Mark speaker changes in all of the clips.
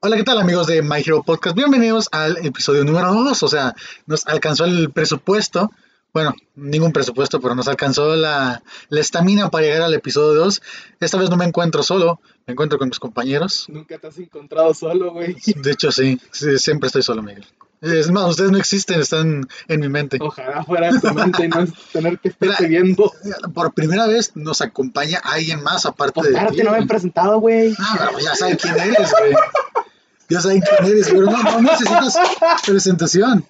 Speaker 1: Hola, ¿qué tal amigos de My Hero Podcast? Bienvenidos al episodio número 2. O sea, nos alcanzó el presupuesto. Bueno, ningún presupuesto, pero nos alcanzó la la estamina para llegar al episodio 2. Esta vez no me encuentro solo, me encuentro con mis compañeros.
Speaker 2: Nunca te has encontrado solo, güey.
Speaker 1: De hecho, sí, sí, siempre estoy solo, Miguel. Es más, ustedes no existen, están en mi mente.
Speaker 2: Ojalá fuera de tu mente y no tener que
Speaker 1: Mira,
Speaker 2: estarte viendo.
Speaker 1: Por primera vez nos acompaña alguien más aparte
Speaker 2: Pues
Speaker 1: de
Speaker 2: claro
Speaker 1: ti.
Speaker 2: que no me he presentado, güey.
Speaker 1: Ah, pero ya saben quién eres, güey. Ya saben quién eres, pero no, no necesitas presentación.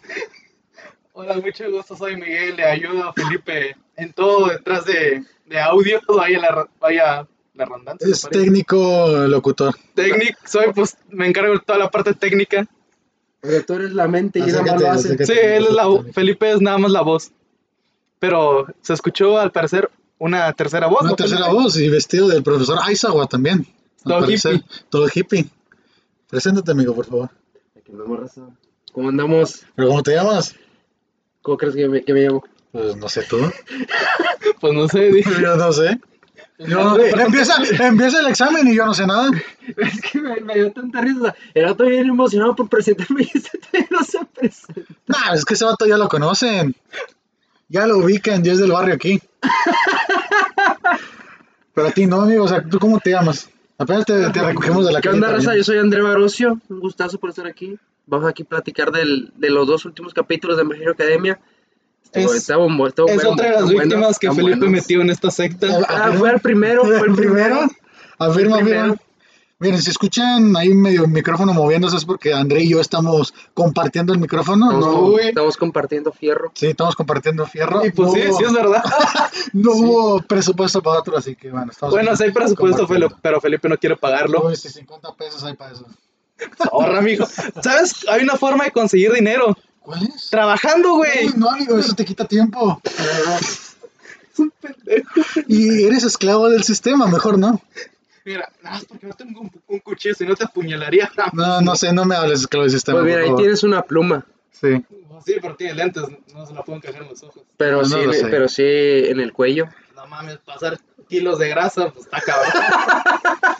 Speaker 2: Hola, mucho gusto, soy Miguel, le ayudo a Felipe en todo detrás de, de audio, vaya la, vaya la redundancia,
Speaker 1: Es
Speaker 2: me parece.
Speaker 1: técnico locutor.
Speaker 2: Técnico, soy, pues, me encargo de toda la parte técnica.
Speaker 3: Pero tú eres la mente y nada
Speaker 1: Acércate,
Speaker 3: más lo hace.
Speaker 1: acércate.
Speaker 2: Sí, él es la, vo- Felipe es nada más la voz. Pero se escuchó, al parecer, una tercera voz.
Speaker 1: Una
Speaker 2: ¿no,
Speaker 1: tercera
Speaker 2: Felipe?
Speaker 1: voz y vestido del profesor Aizawa también. al
Speaker 2: Todo
Speaker 1: parecer. Todo hippie. Preséntate, amigo, por favor.
Speaker 3: Aquí andamos, raza. ¿Cómo andamos?
Speaker 1: ¿Pero cómo te llamas?
Speaker 3: ¿Cómo crees que me, que me llamo?
Speaker 1: Pues no sé tú.
Speaker 2: Pues no sé, dije.
Speaker 1: Yo no sé. Yo no-
Speaker 3: Pero-
Speaker 1: empieza, empieza el examen y yo no sé nada.
Speaker 3: Es que me, me dio tanta risa. Era todo bien emocionado por presentarme y este todavía no se presenta.
Speaker 1: Nah, es que ese vato ya lo conocen. Ya lo ubican, ya es del barrio aquí. Pero a ti no, amigo. O sea, ¿tú cómo te llamas? Apenas te, te recogemos de la
Speaker 3: ¿Qué
Speaker 1: calle
Speaker 3: onda,
Speaker 1: para
Speaker 3: raza?
Speaker 1: allá.
Speaker 3: Yo soy André Barocio. Un gustazo por estar aquí. Vamos aquí a platicar del, de los dos últimos capítulos de Magiro Academia.
Speaker 2: Es-
Speaker 3: está bombo, está
Speaker 2: Es
Speaker 3: bueno,
Speaker 2: otra de las
Speaker 3: está bueno,
Speaker 2: víctimas que
Speaker 3: está
Speaker 2: Felipe
Speaker 3: bueno.
Speaker 2: metió en esta secta.
Speaker 3: Ah, fue el primero, fue el primero.
Speaker 1: Afirma,
Speaker 3: Fue el
Speaker 1: afirma.
Speaker 3: primero.
Speaker 1: Miren, si escuchan ahí medio el micrófono moviéndose es porque André y yo estamos compartiendo el micrófono.
Speaker 3: Estamos,
Speaker 1: No,
Speaker 3: com-
Speaker 2: güey.
Speaker 3: estamos compartiendo fierro.
Speaker 1: sí, estamos compartiendo fierro.
Speaker 2: Y pues
Speaker 1: no
Speaker 2: sí,
Speaker 1: hubo,
Speaker 2: sí es verdad.
Speaker 1: no hubo presupuesto para otro, así que bueno, estamos.
Speaker 2: Bueno, sí hay presupuesto,
Speaker 1: compartiendo.
Speaker 2: Felipe, pero Felipe no quiere pagarlo.
Speaker 1: Uy, sí, 50 pesos hay para eso.
Speaker 2: Ahorra, amigo. ¿Sabes? Hay una forma de conseguir dinero.
Speaker 1: ¿Cuál es?
Speaker 2: Trabajando, güey.
Speaker 1: Uy, no, amigo, eso te quita tiempo.
Speaker 2: Es un pendejo.
Speaker 1: Y eres esclavo del sistema, mejor no.
Speaker 2: Mira, nada, es porque no tengo un, un cuchillo, si no te apuñalaría.
Speaker 1: No, no sé, no me hables de esclavo del sistema.
Speaker 3: Pues
Speaker 1: por
Speaker 3: mira, ahí
Speaker 1: favor.
Speaker 3: tienes una pluma.
Speaker 1: Sí.
Speaker 2: Sí, pero tiene lentes, no se la pueden encajar en los ojos.
Speaker 3: Pero
Speaker 1: No, no
Speaker 3: sí,
Speaker 1: lo sé.
Speaker 3: pero sí en el cuello.
Speaker 2: No mames, pasar kilos de grasa, pues está cabrón.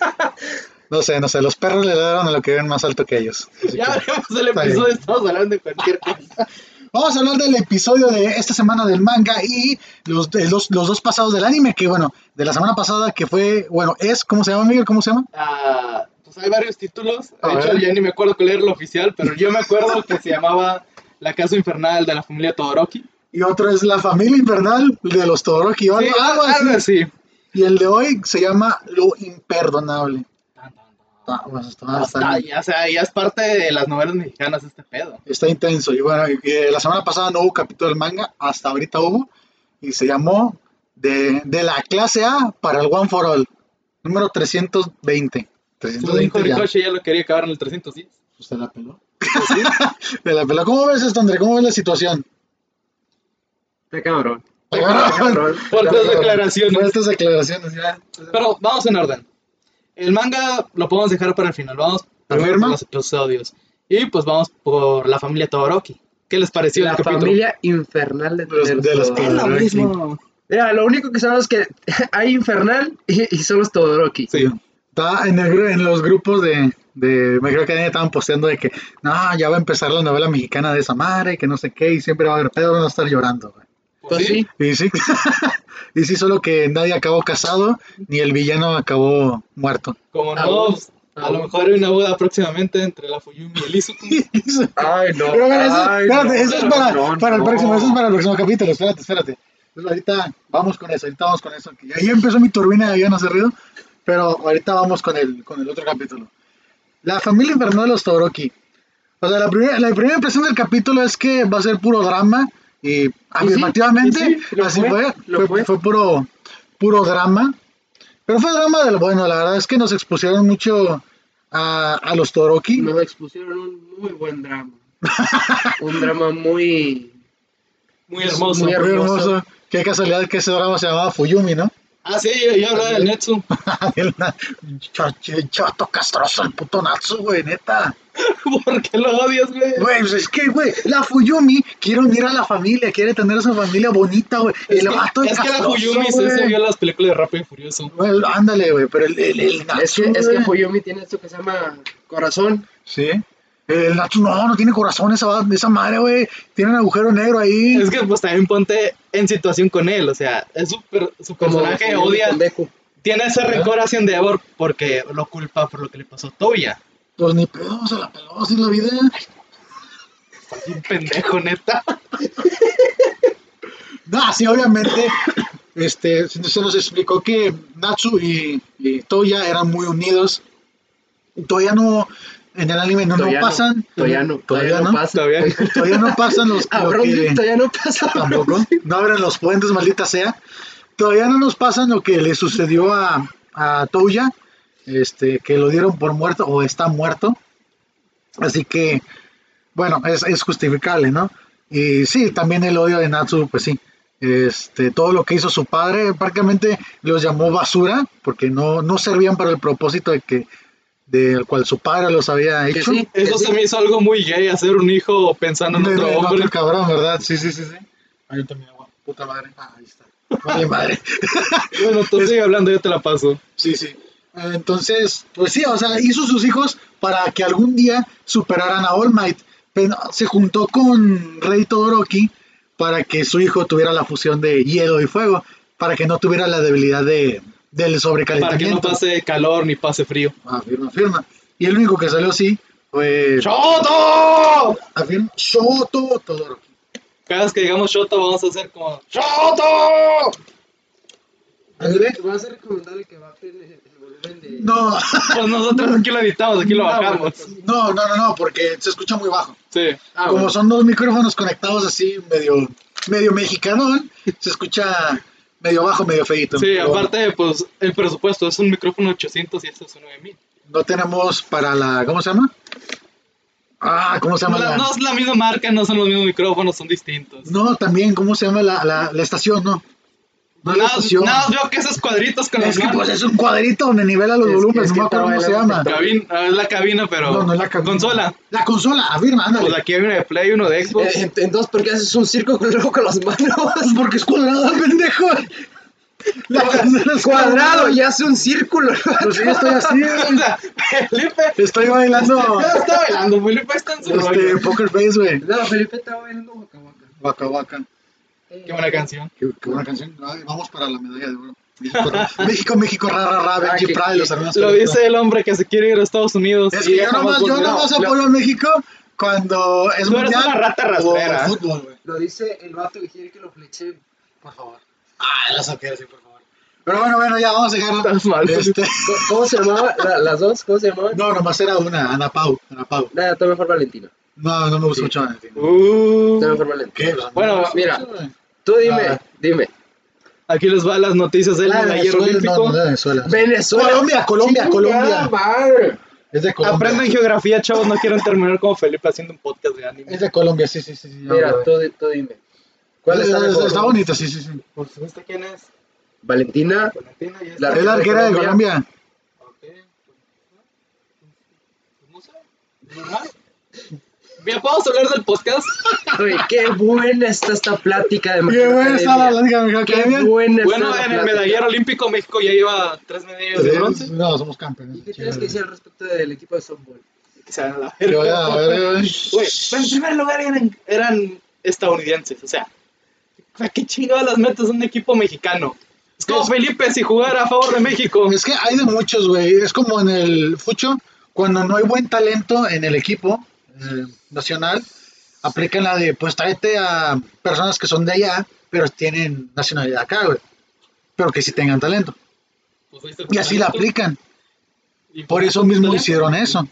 Speaker 1: No sé, no sé, los perros le dieron a lo que ven más alto que ellos. Así
Speaker 2: ya
Speaker 1: que-
Speaker 2: abrimos el
Speaker 1: Está bien.
Speaker 2: episodio, estamos hablando de cualquier cosa.
Speaker 1: Vamos a hablar del episodio de esta semana del manga y los, de los, los dos pasados del anime, que bueno, de la semana pasada que fue, bueno, es, ¿cómo se llama, Miguel? ¿Cómo se llama?
Speaker 2: Ah, pues hay varios títulos. De
Speaker 1: A
Speaker 2: hecho,
Speaker 1: ver.
Speaker 2: ya ni me acuerdo cuál era el oficial, pero yo me acuerdo que se llamaba La Casa Infernal de la Familia Todoroki.
Speaker 1: Y otro es La familia invernal de los Todoroki, o
Speaker 2: Sí,
Speaker 1: algo, algo así.
Speaker 2: así.
Speaker 1: Y el de hoy se llama Lo imperdonable. Ah, bueno, está, está-
Speaker 2: Hasta- ya, o sea, ya es parte de las novelas mexicanas este pedo.
Speaker 1: está intenso. Y bueno, y, eh, la semana pasada no hubo capítulo del manga, hasta ahorita hubo, y se llamó de, de la clase A para el One for All, número 320.
Speaker 2: Su hijo
Speaker 1: 320 ya.
Speaker 2: Ricoche ya lo quería acabar en el 310.
Speaker 1: Usted pues, la peló. De la peló. ¿Cómo ves esto, André? ¿Cómo ves la situación?
Speaker 3: Está cabrón.
Speaker 2: Por
Speaker 1: Ya,
Speaker 2: estas
Speaker 1: ya, Por
Speaker 3: Pues,
Speaker 2: declaraciones.
Speaker 1: estas declaraciones, ya.
Speaker 2: Pero vamos en orden. El manga lo podemos dejar para el final. Vamos primero
Speaker 1: Afirma.
Speaker 2: por los episodios. Y pues vamos por la familia Todoroki. ¿Qué les pareció
Speaker 3: la
Speaker 2: el capítulo?
Speaker 3: familia infernal de,
Speaker 1: De los-
Speaker 3: de los
Speaker 1: de los
Speaker 2: Es
Speaker 3: Todoroki.
Speaker 2: lo mismo.
Speaker 3: Mira, lo único que sabemos es que hay infernal y, y son los Todoroki.
Speaker 2: Sí.
Speaker 1: Está en, el gru- en los grupos de, de Me creo que ahí estaban posteando de que, no, ya va a empezar la novela mexicana de esa madre, que no sé qué, y siempre va a haber pedo, van a estar llorando. güey.
Speaker 3: Pues sí,
Speaker 1: Y sí, y sí, solo que nadie acabó casado, ni el villano acabó muerto.
Speaker 2: Como no,
Speaker 3: Ah, bueno.
Speaker 2: a lo mejor hay una boda próximamente entre la Fuyumi y el Izuku.
Speaker 3: Ay, no.
Speaker 1: Pero bueno, eso,
Speaker 3: ay,
Speaker 1: espérate,
Speaker 3: no,
Speaker 1: eso es
Speaker 3: no,
Speaker 1: para,
Speaker 3: no,
Speaker 1: para el
Speaker 3: no.
Speaker 1: próximo, eso es para el próximo capítulo, espérate, espérate. Entonces, ahorita vamos con eso, ahorita vamos con eso. que Ya, ya empezó mi turbina, ya no hace ruido, pero ahorita vamos con el, con el otro capítulo. La familia infernal de los Todoroki. O sea, la primera, la primera impresión del capítulo es que va a ser puro drama, y afirmativamente,
Speaker 3: y sí, lo
Speaker 1: así
Speaker 3: fue,
Speaker 1: fue,
Speaker 3: lo
Speaker 1: fue,
Speaker 3: fue.
Speaker 1: fue puro, puro drama. Pero fue drama del bueno, la verdad es que nos expusieron mucho a, a los Todoroki.
Speaker 3: Nos expusieron un muy buen drama. un drama muy.
Speaker 2: Muy hermoso.
Speaker 1: Muy
Speaker 3: Muy
Speaker 1: hermoso.
Speaker 3: hermoso.
Speaker 1: Qué casualidad que ese drama se llamaba Fuyumi, ¿no?
Speaker 2: Ah, sí, yo, yo hablaba del Netsu.
Speaker 1: El na- ch- Chato castroso, el puto Natsu, güey, neta.
Speaker 2: ¿Por qué lo odias, güey?
Speaker 1: Güey, pues es que, güey, la Fuyumi quiere unir a la familia, quiere tener a su familia bonita, güey.
Speaker 2: Es
Speaker 1: El
Speaker 2: que,
Speaker 1: vato es
Speaker 2: es que la
Speaker 1: castroso,
Speaker 2: Fuyumi se
Speaker 1: güey.
Speaker 2: se vio en las películas de Rápido y Furioso.
Speaker 1: Güey, ándale, güey, pero el, el, el
Speaker 3: Es
Speaker 1: Natsu,
Speaker 3: que, es que
Speaker 1: güey.
Speaker 3: Fuyumi tiene esto que se llama corazón.
Speaker 1: Sí. El Nacho, no, no tiene corazón esa, va- esa madre, güey. Tiene un agujero negro ahí.
Speaker 2: Es que pues también ponte en situación con él, o sea, es su, per- su personaje
Speaker 3: como
Speaker 2: odia,
Speaker 3: con Deku.
Speaker 2: tiene ese rencor hacia Endeavor porque lo culpa por lo que le pasó a Toya.
Speaker 1: Pues ni pedo, se la peló así la vida.
Speaker 2: Estás bien pendejo, neta.
Speaker 1: No, sí, obviamente, este, se se nos explicó que Natsu y, y Toya eran muy unidos. Todavía no, en el anime no, no
Speaker 3: Todavía no,
Speaker 1: pasan.
Speaker 3: Todavía no, todavía no pasa.
Speaker 2: Todavía no.
Speaker 1: Todavía no pasan los... lo
Speaker 3: Cabrón,
Speaker 1: que-
Speaker 3: todavía no pasa.
Speaker 1: tampoco. No abren los puentes, maldita sea. Todavía no nos pasan lo que le sucedió a, a Touya, este, que lo dieron por muerto o está muerto. Así que, bueno, es, es justificable, ¿no? Y sí, también el odio de Natsu, pues sí. Este, todo lo que hizo su padre prácticamente los llamó basura porque no, no servían para el propósito de que del cual su padre los había
Speaker 3: Que
Speaker 1: hecho.
Speaker 3: sí, que
Speaker 2: Eso
Speaker 3: sí.
Speaker 2: se me hizo algo muy gay, hacer un hijo pensando en
Speaker 1: No,
Speaker 2: otro
Speaker 1: no, no,
Speaker 2: hombre.
Speaker 1: otro cabrón, ¿verdad? Sí, sí, sí, sí. Ahí también, agua. Puta madre. Ah, ahí está. Vale, madre.
Speaker 2: Bueno, tú sigue hablando, yo te la paso.
Speaker 1: Sí, sí. Eh, Entonces, pues sí, o sea, hizo sus hijos para que algún día superaran a All Might. Pero se juntó con Rey Todoroki para que su hijo tuviera la fusión de hielo y fuego, para que no tuviera la debilidad de, del
Speaker 2: Para que no
Speaker 1: sobrecalentamiento.
Speaker 2: pase calor ni pase frío.
Speaker 1: Afirma, afirma. Y el único que salió así fue.
Speaker 2: ¡Shoto!
Speaker 1: afirma, Shoto Todoroki.
Speaker 2: Cada vez que digamos Shoto, vamos a hacer como ¡Shoto!
Speaker 1: Ándale.
Speaker 3: Vas a recomendarle que bajen el el volumen de.
Speaker 1: No.
Speaker 2: Pues nosotros aquí lo editamos, aquí lo bajamos.
Speaker 1: No, no, no, no, porque se escucha muy bajo.
Speaker 2: Sí.
Speaker 3: Ah,
Speaker 1: Como
Speaker 3: bueno.
Speaker 1: son dos micrófonos conectados así, medio, medio mexicano, se escucha medio bajo, medio feito.
Speaker 2: Sí, aparte, pues el presupuesto es un micrófono 800 y este es un 9000.
Speaker 1: No tenemos para la. ¿Cómo se llama? Ah, ¿cómo se llama
Speaker 2: La-
Speaker 1: la.?
Speaker 2: no es la misma marca, no son los mismos micrófonos, son distintos.
Speaker 1: No, también, ¿cómo se llama la, la, la estación? No. No, la
Speaker 2: Nada,
Speaker 1: estación.
Speaker 2: nada, veo que esos cuadritos con
Speaker 1: es
Speaker 2: las
Speaker 1: que pues es
Speaker 2: manos.
Speaker 1: un cuadrito donde nivela los
Speaker 3: Es que-
Speaker 1: volúmenes,
Speaker 3: es que
Speaker 1: no me acuerdo cómo se
Speaker 3: estaba el
Speaker 1: llama.
Speaker 2: Cabina,
Speaker 3: elemento.
Speaker 2: ah, es la cabina, pero.
Speaker 1: No, no es la cabina.
Speaker 2: Consola.
Speaker 1: La consola, afirma, ándale.
Speaker 2: Pues aquí hay una de Play, uno de
Speaker 3: Eh,
Speaker 2: Xbox.
Speaker 3: en- Entonces, ¿por qué haces un círculo con- luego con las manos?
Speaker 1: Pues porque es cuadrada, pendejo. La consola es
Speaker 3: Cuadrado
Speaker 1: cuadrada.
Speaker 3: y hace un círculo.
Speaker 1: Pues sí, estoy así.
Speaker 2: O sea, Felipe.
Speaker 1: Estoy bailando.
Speaker 2: No, está bailando, Felipe está en su
Speaker 1: Este,
Speaker 2: rollo.
Speaker 1: Poker Face, güey.
Speaker 3: No, Felipe estaba bailando Waka Waka.
Speaker 1: Waka Waka.
Speaker 2: Qué buena canción.
Speaker 1: Qué, qué buena canción. Ay, vamos para la medalla de oro. México, ra- México, México, ra, ra, ra, Benji
Speaker 3: Ah, que-
Speaker 1: Pride, los hermanos.
Speaker 2: Lo
Speaker 1: Costa.
Speaker 2: dice el hombre que se quiere ir a Estados Unidos.
Speaker 1: Es
Speaker 2: y
Speaker 1: que
Speaker 2: ya
Speaker 1: yo
Speaker 2: jamás
Speaker 1: nomás, yo
Speaker 2: volverá.
Speaker 1: nomás
Speaker 2: Lo-
Speaker 1: apoyo a México cuando es
Speaker 2: Tú eres
Speaker 1: mundial.
Speaker 2: una rata rastrera.
Speaker 1: O fútbol, güey.
Speaker 3: Lo dice el vato que quiere que lo flechen.
Speaker 1: Por favor. Ah, la saqué, sí, por favor. Pero bueno, bueno, ya vamos a dejarlo.
Speaker 2: Estás mal.
Speaker 1: Este,
Speaker 3: ¿Cómo, cómo se llamaba? La- ¿Las dos? ¿Cómo se llamaban?
Speaker 1: no, nomás era una, Ana Pau. Ana Pau.
Speaker 3: Nada, está mejor Valentina.
Speaker 1: No, no me gusta mucho Ana.
Speaker 2: Uh,
Speaker 3: Está mejor Valentina.
Speaker 1: ¿Qué? Pues,
Speaker 2: Bueno,
Speaker 1: no,
Speaker 3: mira.
Speaker 1: güey.
Speaker 3: Tú dime,
Speaker 1: Ah.
Speaker 3: dime.
Speaker 2: aquí les va las noticias del
Speaker 1: Ah,
Speaker 2: ayer
Speaker 1: Venezuela, no,
Speaker 2: olímpico.
Speaker 1: no, Venezuela.
Speaker 3: Venezuela.
Speaker 1: Colombia, Colombia, Colombia.
Speaker 3: Madre.
Speaker 1: Es de Colombia.
Speaker 2: Aprendan geografía, chavos. No quieren terminar como Felipe haciendo un podcast de anime.
Speaker 1: Es de Colombia, sí, sí, sí. sí, ya,
Speaker 3: Mira,
Speaker 1: güey.
Speaker 3: tú, di- tú dime. ¿Cuál
Speaker 1: Es-
Speaker 3: está
Speaker 1: es-
Speaker 3: mejor?
Speaker 1: Está bonita, sí, sí, sí.
Speaker 2: Por supuesto, ¿quién es?
Speaker 3: Valentina.
Speaker 2: Valentina y
Speaker 3: La-
Speaker 1: Es la arquera de Colombia.
Speaker 2: Bien, ¿podemos hablar del podcast?
Speaker 3: Oye, qué buena está esta plática de
Speaker 1: Qué buena está la
Speaker 3: Academia.
Speaker 1: Liga Mexicana de
Speaker 3: Qué
Speaker 1: Academia.
Speaker 2: Bueno,
Speaker 3: buena está
Speaker 2: en
Speaker 3: la
Speaker 2: el
Speaker 3: plática.
Speaker 2: medallero olímpico México ya lleva tres medallas de bronce.
Speaker 1: No, somos
Speaker 3: ¿Y
Speaker 1: campeones.
Speaker 3: qué tienes que decir al respecto del equipo de softball?
Speaker 2: Que se van a la
Speaker 1: Yo,
Speaker 2: verga.
Speaker 1: ya, a ver, güey.
Speaker 2: Güey, pero en primer lugar eran, eran estadounidenses, o sea, ¿a qué chingadas las metas un equipo mexicano? Es como
Speaker 1: Es-
Speaker 2: Felipe si jugara a favor de México.
Speaker 1: Es que hay de muchos, güey. Es como en el fucho, cuando no hay buen talento en el equipo eh, nacional, aplican la de, pues tráete a personas que son de allá, pero tienen nacionalidad acá, güey. Pero que sí tengan talento.
Speaker 2: Pues ahí está el
Speaker 1: Y así la
Speaker 2: talento.
Speaker 1: aplican.
Speaker 2: Y
Speaker 1: Por eso
Speaker 2: el
Speaker 1: mismo
Speaker 2: talento.
Speaker 1: hicieron eso.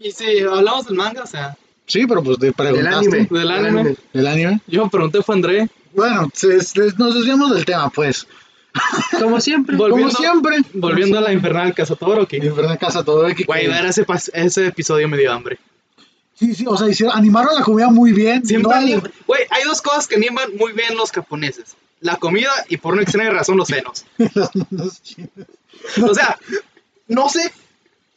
Speaker 2: Y si hablamos del manga, o sea,
Speaker 1: Sí, pero pues te
Speaker 3: Del
Speaker 1: preguntaste.
Speaker 3: anime.
Speaker 2: Del anime.
Speaker 1: ¿Del anime?
Speaker 2: yo me pregunté fue André.
Speaker 1: Bueno, se- se- nos desviamos del tema, pues.
Speaker 3: Como siempre.
Speaker 2: Vol- Volviendo-
Speaker 1: Como siempre.
Speaker 2: Volviendo a la infernal Casatoro, que
Speaker 1: Infernal Casa todo que
Speaker 2: güey, ver ese, pas- ese episodio me dio hambre.
Speaker 1: Sí, sí, o sea, hicieron, animaron la comida muy bien.
Speaker 2: Siempre
Speaker 1: no
Speaker 2: anima-
Speaker 1: al-
Speaker 2: Güey, hay dos cosas que animan muy bien los japoneses. La comida y por una extraña razón los senos.
Speaker 1: las manos chinas.
Speaker 2: O sea, no sé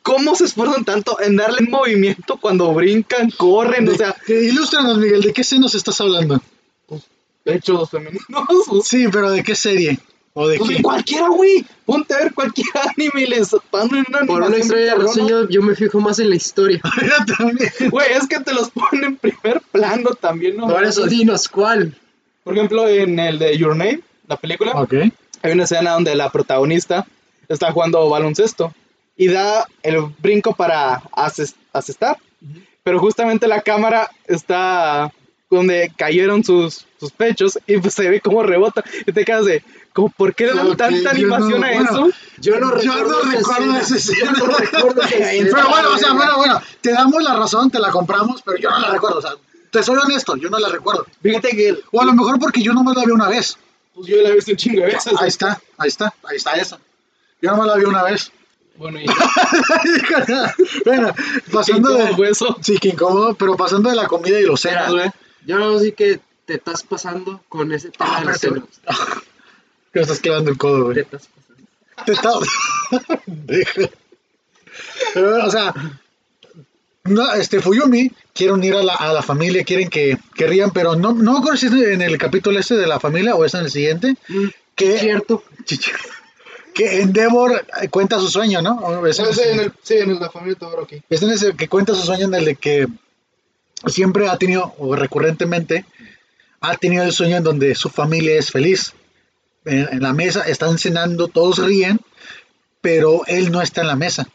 Speaker 2: cómo se esfuerzan tanto en darle movimiento cuando brincan, corren, o sea,
Speaker 1: De- eh, ilústranos, Miguel, ¿de qué senos estás hablando?
Speaker 2: pechos femeninos.
Speaker 1: Sí, pero ¿de qué serie? ¿O de
Speaker 2: Pues de
Speaker 1: qué?
Speaker 2: cualquiera, güey. Ponte a ver cualquier anime y les están en una
Speaker 4: Por una
Speaker 2: animación
Speaker 4: extraña
Speaker 2: cabrona.
Speaker 4: razón yo, yo me fijo más en la historia.
Speaker 1: Yo también.
Speaker 2: Güey, es que te los ponen en primer plano también, ¿no?
Speaker 4: Por eso dinos cuál.
Speaker 2: Por ejemplo, en el de Your Name, la película,
Speaker 1: Ok.
Speaker 2: hay una escena donde la protagonista está jugando baloncesto y da el brinco para ases- asestar. Pero justamente la cámara está donde cayeron sus, sus pechos y pues se ve cómo rebota. Y te quedas de, como, ¿por qué le dan
Speaker 1: Ok,
Speaker 2: tanta
Speaker 1: yo no-
Speaker 2: animación a
Speaker 1: bueno,
Speaker 2: eso?
Speaker 4: Yo no
Speaker 1: Yo
Speaker 4: recuerdo,
Speaker 1: no
Speaker 4: esa
Speaker 1: recuerdo
Speaker 4: escena.
Speaker 1: esa escena.
Speaker 4: Yo no recuerdo esa escena.
Speaker 1: Pero bueno, o sea, bueno, bueno, te damos la razón, te la compramos, pero yo no la recuerdo. O sea, te soy honesto, yo no la recuerdo.
Speaker 2: Fíjate que
Speaker 1: O a lo mejor porque yo nomás la vi una vez.
Speaker 2: pues, yo la he visto un chingo de veces.
Speaker 1: Ahí está, ahí está, ahí está esa. Yo nomás la vi una vez.
Speaker 2: Bueno, y
Speaker 1: bueno, pasando
Speaker 2: ¿Y cómo
Speaker 1: de.
Speaker 2: fue eso?
Speaker 1: Sí, que incómodo, pero pasando de la comida y los cenas, güey.
Speaker 4: Yo no sé que te estás pasando con ese tema
Speaker 1: Ah,
Speaker 4: de los
Speaker 1: pero
Speaker 4: celos.
Speaker 1: Que me estás clavando el codo,
Speaker 4: Te
Speaker 1: güey.
Speaker 4: estás pasando.
Speaker 1: Te está- Deja. Pero, o sea, no, este Fuyumi quiere unir a la, a la familia, quieren que, que rían, pero no, no me acuerdo si es en el capítulo este de la familia o es en el siguiente,
Speaker 4: Mm,
Speaker 1: que,
Speaker 4: Cierto.
Speaker 1: que Endeavor eh, cuenta su sueño, ¿no? O es en el-
Speaker 2: sí, Pues en la familia Todoroki.
Speaker 1: es en ese que cuenta su sueño en el de que siempre ha tenido, o recurrentemente, ha tenido el sueño en donde su familia es feliz. En, en la mesa están cenando, todos ríen, pero él no está en la mesa.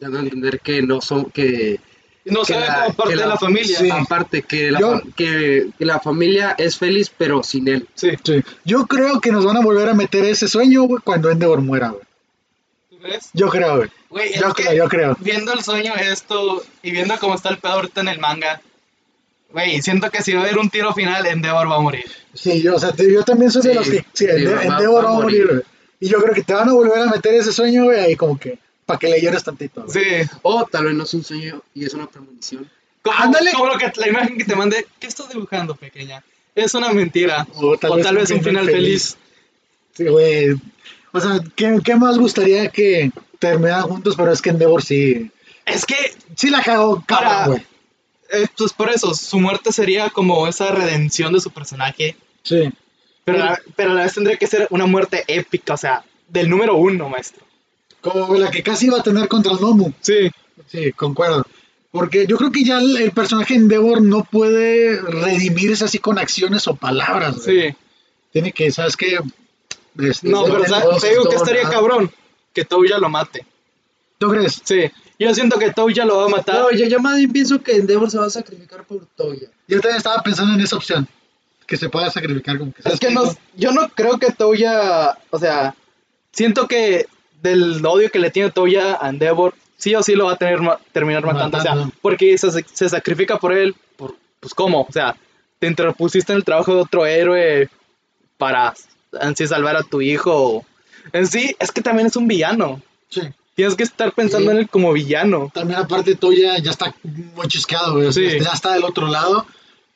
Speaker 4: Dando a entender que no son, que
Speaker 2: No
Speaker 4: Que
Speaker 2: se ve
Speaker 4: la-
Speaker 2: como parte
Speaker 4: que
Speaker 2: de
Speaker 4: la-
Speaker 2: la familia.
Speaker 1: sí.
Speaker 4: aparte que la,
Speaker 1: Yo-
Speaker 4: fa- que, que la familia es feliz pero sin él.
Speaker 2: Sí.
Speaker 1: Yo creo que nos van a volver a meter ese sueño güey, cuando Endeavor muera. güey.
Speaker 2: ¿Tú crees?
Speaker 1: Yo creo, güey.
Speaker 2: Güey, es
Speaker 1: Yo
Speaker 2: que
Speaker 1: creo, yo creo.
Speaker 2: viendo el sueño esto y viendo cómo está el pedo ahorita en el manga, güey, siento que si va a haber un tiro final, Endeavor va a morir.
Speaker 1: Sí, yo, o sea, te- yo también soy de
Speaker 4: Sí,
Speaker 1: los que sí,
Speaker 4: sí,
Speaker 1: Ende-
Speaker 4: va-
Speaker 1: Endeavor
Speaker 4: va
Speaker 1: va
Speaker 4: a
Speaker 1: a morir.
Speaker 4: morir.
Speaker 1: güey. Y yo creo que te van a volver a meter ese sueño, güey, ahí como que, para que le llores tantito. güey.
Speaker 2: Sí.
Speaker 4: O tal vez no es un sueño y es una premonición.
Speaker 2: Como,
Speaker 1: Ándale.
Speaker 2: Como lo que, la imagen que te mandé, ¿qué estás dibujando, pequeña? Es una mentira.
Speaker 1: O tal
Speaker 2: o
Speaker 1: vez
Speaker 2: tal
Speaker 1: un
Speaker 2: vez un
Speaker 1: final
Speaker 2: final feliz.
Speaker 1: Sí, güey. O sea, ¿qué, qué más gustaría que terminaran juntos? Pero es que Endeavor sí.
Speaker 2: Es que,
Speaker 1: Sí la cagó,
Speaker 2: Para-
Speaker 1: cabrón, güey.
Speaker 2: eh, pues por eso, su muerte sería como esa redención de su personaje.
Speaker 1: Sí.
Speaker 2: Pero, a la- pero a la vez tendría que ser una muerte épica, o sea, del número uno, maestro.
Speaker 1: Como la que casi iba a tener contra el Nomu.
Speaker 2: Sí.
Speaker 1: Sí, concuerdo. Porque yo creo que ya el, el personaje Endeavor no puede redimirse así con acciones o palabras, güey.
Speaker 2: Sí.
Speaker 1: Tiene que, ¿sabes qué? Este,
Speaker 2: No, pero
Speaker 1: no,
Speaker 2: sa-
Speaker 1: no,
Speaker 2: te digo
Speaker 1: no,
Speaker 2: que estaría
Speaker 1: no.
Speaker 2: cabrón que Touya lo mate.
Speaker 1: ¿Tú crees?
Speaker 2: Sí, yo siento que Touya lo va a matar.
Speaker 4: No, yo, yo más bien pienso que Endeavor se va a sacrificar por Toya.
Speaker 1: Yo también estaba pensando en esa opción. Que se pueda sacrificar como que...
Speaker 2: es
Speaker 1: ¿sabes
Speaker 2: que
Speaker 1: qué?
Speaker 2: no, yo no creo que Touya, o sea, siento que del odio que le tiene Touya a Endeavor, sí o sí lo va a tener ma- terminar matando, o
Speaker 1: Matando.
Speaker 2: sea, porque se, se sacrifica por él, por, pues cómo, o sea, te interpusiste en el trabajo de otro héroe para en sí salvar a tu hijo. En sí, es que también es un villano.
Speaker 1: Sí.
Speaker 2: Tienes que estar pensando
Speaker 1: Sí.
Speaker 2: en él como villano.
Speaker 1: También aparte Toya ya está muy chisqueado, güey. O sea,
Speaker 2: Sí.
Speaker 1: Ya está del otro lado.